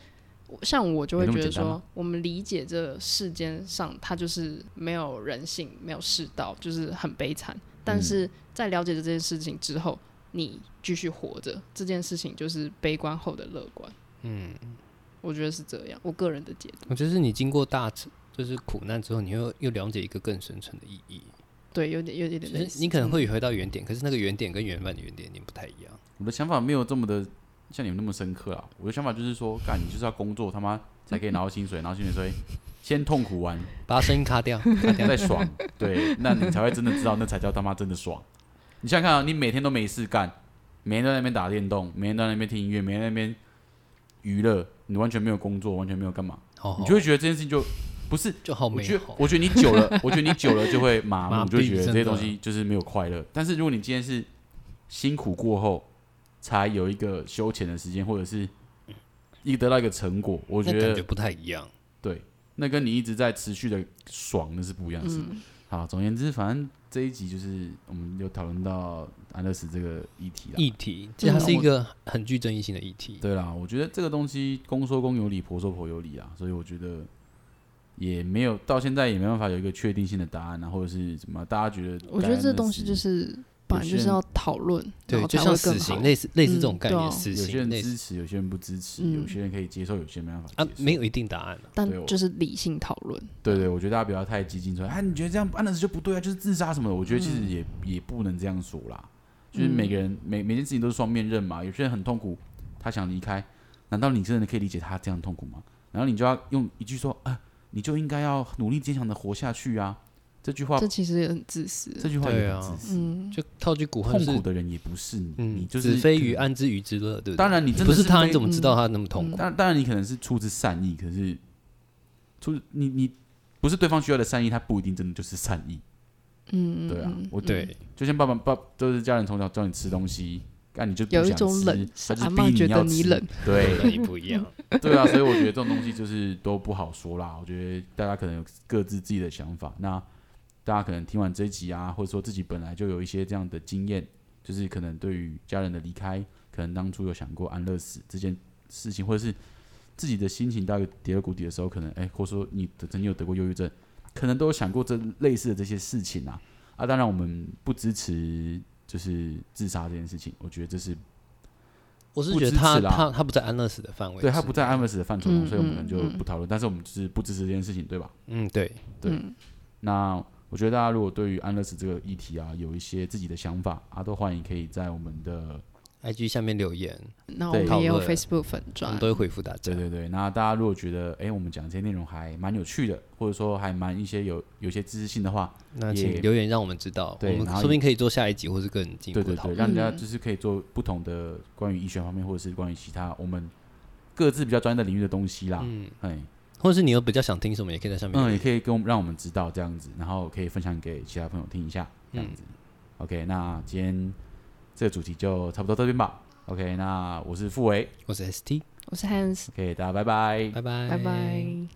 Speaker 3: 我像我就会
Speaker 2: 没那么
Speaker 3: 觉得
Speaker 2: 简单
Speaker 3: 说
Speaker 2: 吗，
Speaker 3: 我们理解这世间上它就是没有人性，没有世道，就是很悲惨。但是在了解这件事情之后，你继续活着，这件事情就是悲观后的乐观。嗯，我觉得是这样，我个人的解读。
Speaker 1: 我觉得哦是你经过大就是苦难之后，你又又了解一个更深层的意义。
Speaker 3: 对，有点有点有
Speaker 1: 就
Speaker 3: 点类
Speaker 1: 是
Speaker 3: 似。
Speaker 1: 你可能会回到原点，可是那个原点跟原本的原点你不太一样。
Speaker 2: 我的想法没有这么的像你们那么深刻啊。我的想法就是说，干你就是要工作，他妈才可以拿到薪水，拿到薪水所以先痛苦完
Speaker 1: 把声音卡 掉，卡掉。
Speaker 2: 再爽，对，那你才会真的知道，那才叫他妈真的爽。你想想看啊，你每天都没事干，每天都在那边打电动，每天都在那边听音乐，每天在那边娱乐，你完全没有工作，完全没有干嘛，
Speaker 1: 好
Speaker 2: 你就会觉得这件事情就不是
Speaker 1: 哦就好
Speaker 2: 我
Speaker 1: 美
Speaker 2: 觉得
Speaker 1: 好，
Speaker 2: 我觉得你久了，我觉得你久了就会麻
Speaker 1: 麻
Speaker 2: 木，就会觉
Speaker 1: 痹
Speaker 2: 得这
Speaker 1: 真的
Speaker 2: 些东西就是没有快乐。但是如果你今天是辛苦过后，才有一个休闲的时间，或者是一得到一个成果，我
Speaker 1: 那
Speaker 2: 觉
Speaker 1: 感觉
Speaker 2: 得
Speaker 1: 不太一样。
Speaker 2: 对，那跟你一直在持续的爽那是不一样的事。
Speaker 3: 嗯，
Speaker 2: 好，总而言之，反正这一集就是我们有讨论到安乐死这个议题啦。
Speaker 1: 议题，这它是一个很具争议性的议题。
Speaker 2: 对啦，我觉得这个东西公说公有理，婆说婆有理啊，所以我觉得也没有到现在也没办法有一个确定性的答案啊，或者是什么，大家觉得
Speaker 3: 我觉得这东西就是是本来就是要讨论，然
Speaker 1: 对，
Speaker 3: 后
Speaker 1: 就
Speaker 3: 才
Speaker 1: 像
Speaker 3: 会更
Speaker 1: 死
Speaker 3: 好
Speaker 1: 刑，类似类似这种
Speaker 3: 嗯
Speaker 1: 概
Speaker 3: 对啊
Speaker 1: 念，死
Speaker 2: 有些
Speaker 1: 刑
Speaker 2: 人
Speaker 1: 类似
Speaker 2: 支持，有些人不支持，
Speaker 3: 嗯
Speaker 2: 有些人可以接受，有些人没办法
Speaker 1: 啊
Speaker 2: 接，受
Speaker 1: 没有一定答案啊
Speaker 3: 但
Speaker 2: 对我
Speaker 3: 就是理性讨论。
Speaker 2: 对对，我觉得大家不要太激进说，啊，你觉得这样安乐死就不对啊，就是自杀什么的。我觉得其实
Speaker 3: 嗯
Speaker 2: 也、也不能这样说啦，就是每个人、每每件事情都是双面刃嘛。有些人很痛苦，他想离开，难道你真的可以理解他这样痛苦吗？然后你就要用一句说，啊，你就应该要努力坚强的活下去啊。这句话
Speaker 3: 这，其实也很自私。
Speaker 2: 这句话
Speaker 1: 对
Speaker 2: 也
Speaker 1: 啊
Speaker 2: 很自私。
Speaker 3: 嗯，
Speaker 1: 就套句古话
Speaker 2: 痛
Speaker 1: 是
Speaker 2: 苦，的人也不是你，你
Speaker 1: 嗯，
Speaker 2: 就
Speaker 1: 子
Speaker 2: 是
Speaker 1: 非
Speaker 2: 可
Speaker 1: 鱼，
Speaker 2: 能
Speaker 1: 安知鱼之乐，对不对？
Speaker 2: 当然你真
Speaker 1: 不
Speaker 2: 的
Speaker 1: 是他，
Speaker 2: 非嗯
Speaker 1: 你怎么知道他那么痛苦？
Speaker 2: 当当然，你可能是出自善意，可是出你你不是对方需要的善意，他不一定真的就是善意。嗯，对啊，我
Speaker 1: 对，
Speaker 2: 就像爸爸爸都是家人从小教你吃东西，那你就不
Speaker 3: 有一
Speaker 2: 想
Speaker 3: 种
Speaker 2: 吃
Speaker 3: 冷
Speaker 2: 他
Speaker 3: 是
Speaker 2: 就是
Speaker 3: 阿
Speaker 2: 逼
Speaker 3: 嬷觉
Speaker 2: 要
Speaker 3: 得你
Speaker 2: 吃
Speaker 3: 冷，
Speaker 2: 对
Speaker 1: 也不一 样。
Speaker 2: 对啊，所以我觉得这种东西就是都不好说啦。我觉得大家可能有各自自己的想法，那大家可能听完这一集啊，或者说自己本来就有一些这样的经验，就是可能对于家人的离开，可能当初有想过安乐死这件事情，或者是自己的心情到一个跌到谷底的时候，可能哎、或者说你曾经有得过忧郁症，可能都有想过这类似的这些事情啊。啊，当然我们不支持就是自杀这件事情，我觉得这是
Speaker 1: 我是
Speaker 2: 不
Speaker 1: 觉得
Speaker 2: 支持
Speaker 1: 他
Speaker 2: 啦
Speaker 1: 他他不在安乐死的范围之内，
Speaker 2: 对他不在安乐死的范畴中，
Speaker 3: 嗯
Speaker 2: 所以我们可能
Speaker 3: 嗯
Speaker 2: 就
Speaker 3: 嗯
Speaker 2: 不讨论。但是我们就是不支持这件事情，对吧？
Speaker 1: 嗯，对，
Speaker 2: 那我觉得大家如果对于安乐死这个议题啊，有一些自己的想法啊，都欢迎可以在我们的
Speaker 1: IG 下面留言，
Speaker 3: 那我们
Speaker 1: 对
Speaker 3: 也有
Speaker 1: 讨论
Speaker 3: Facebook 粉
Speaker 1: 我
Speaker 3: 专
Speaker 1: 们，都会回复大家
Speaker 2: 对。对对。那大家如果觉得哎、诶我们讲这些内容还蛮有趣的，或者说还蛮一些有有一些知识性的话，
Speaker 1: 那
Speaker 2: 也
Speaker 1: 请留言让我们知道，我
Speaker 2: 对
Speaker 1: 们
Speaker 2: 然后
Speaker 1: 说不定可以做下一集，或是更进一
Speaker 2: 对
Speaker 1: 步
Speaker 2: 对
Speaker 1: 的讨
Speaker 2: 对，
Speaker 1: 论。
Speaker 2: 让人
Speaker 3: 嗯
Speaker 2: 家就是可以做不同的关于医学方面，或者是关于其他我们各自比较专业的领域的东西啦。嗯，哎，
Speaker 1: 或者是你有比较想听什么，也可以在上面留
Speaker 2: 嗯，也
Speaker 1: 言。
Speaker 2: 可以跟我们让我们知道这样子，然后可以分享给其他朋友听一下这样子。OK，那今天这个主题就差不多到这边吧。OK，那我是傅维
Speaker 1: 我是 ST，
Speaker 3: 我是 Hans，
Speaker 2: ，OK，大家拜拜。
Speaker 1: 拜拜，
Speaker 3: 拜拜。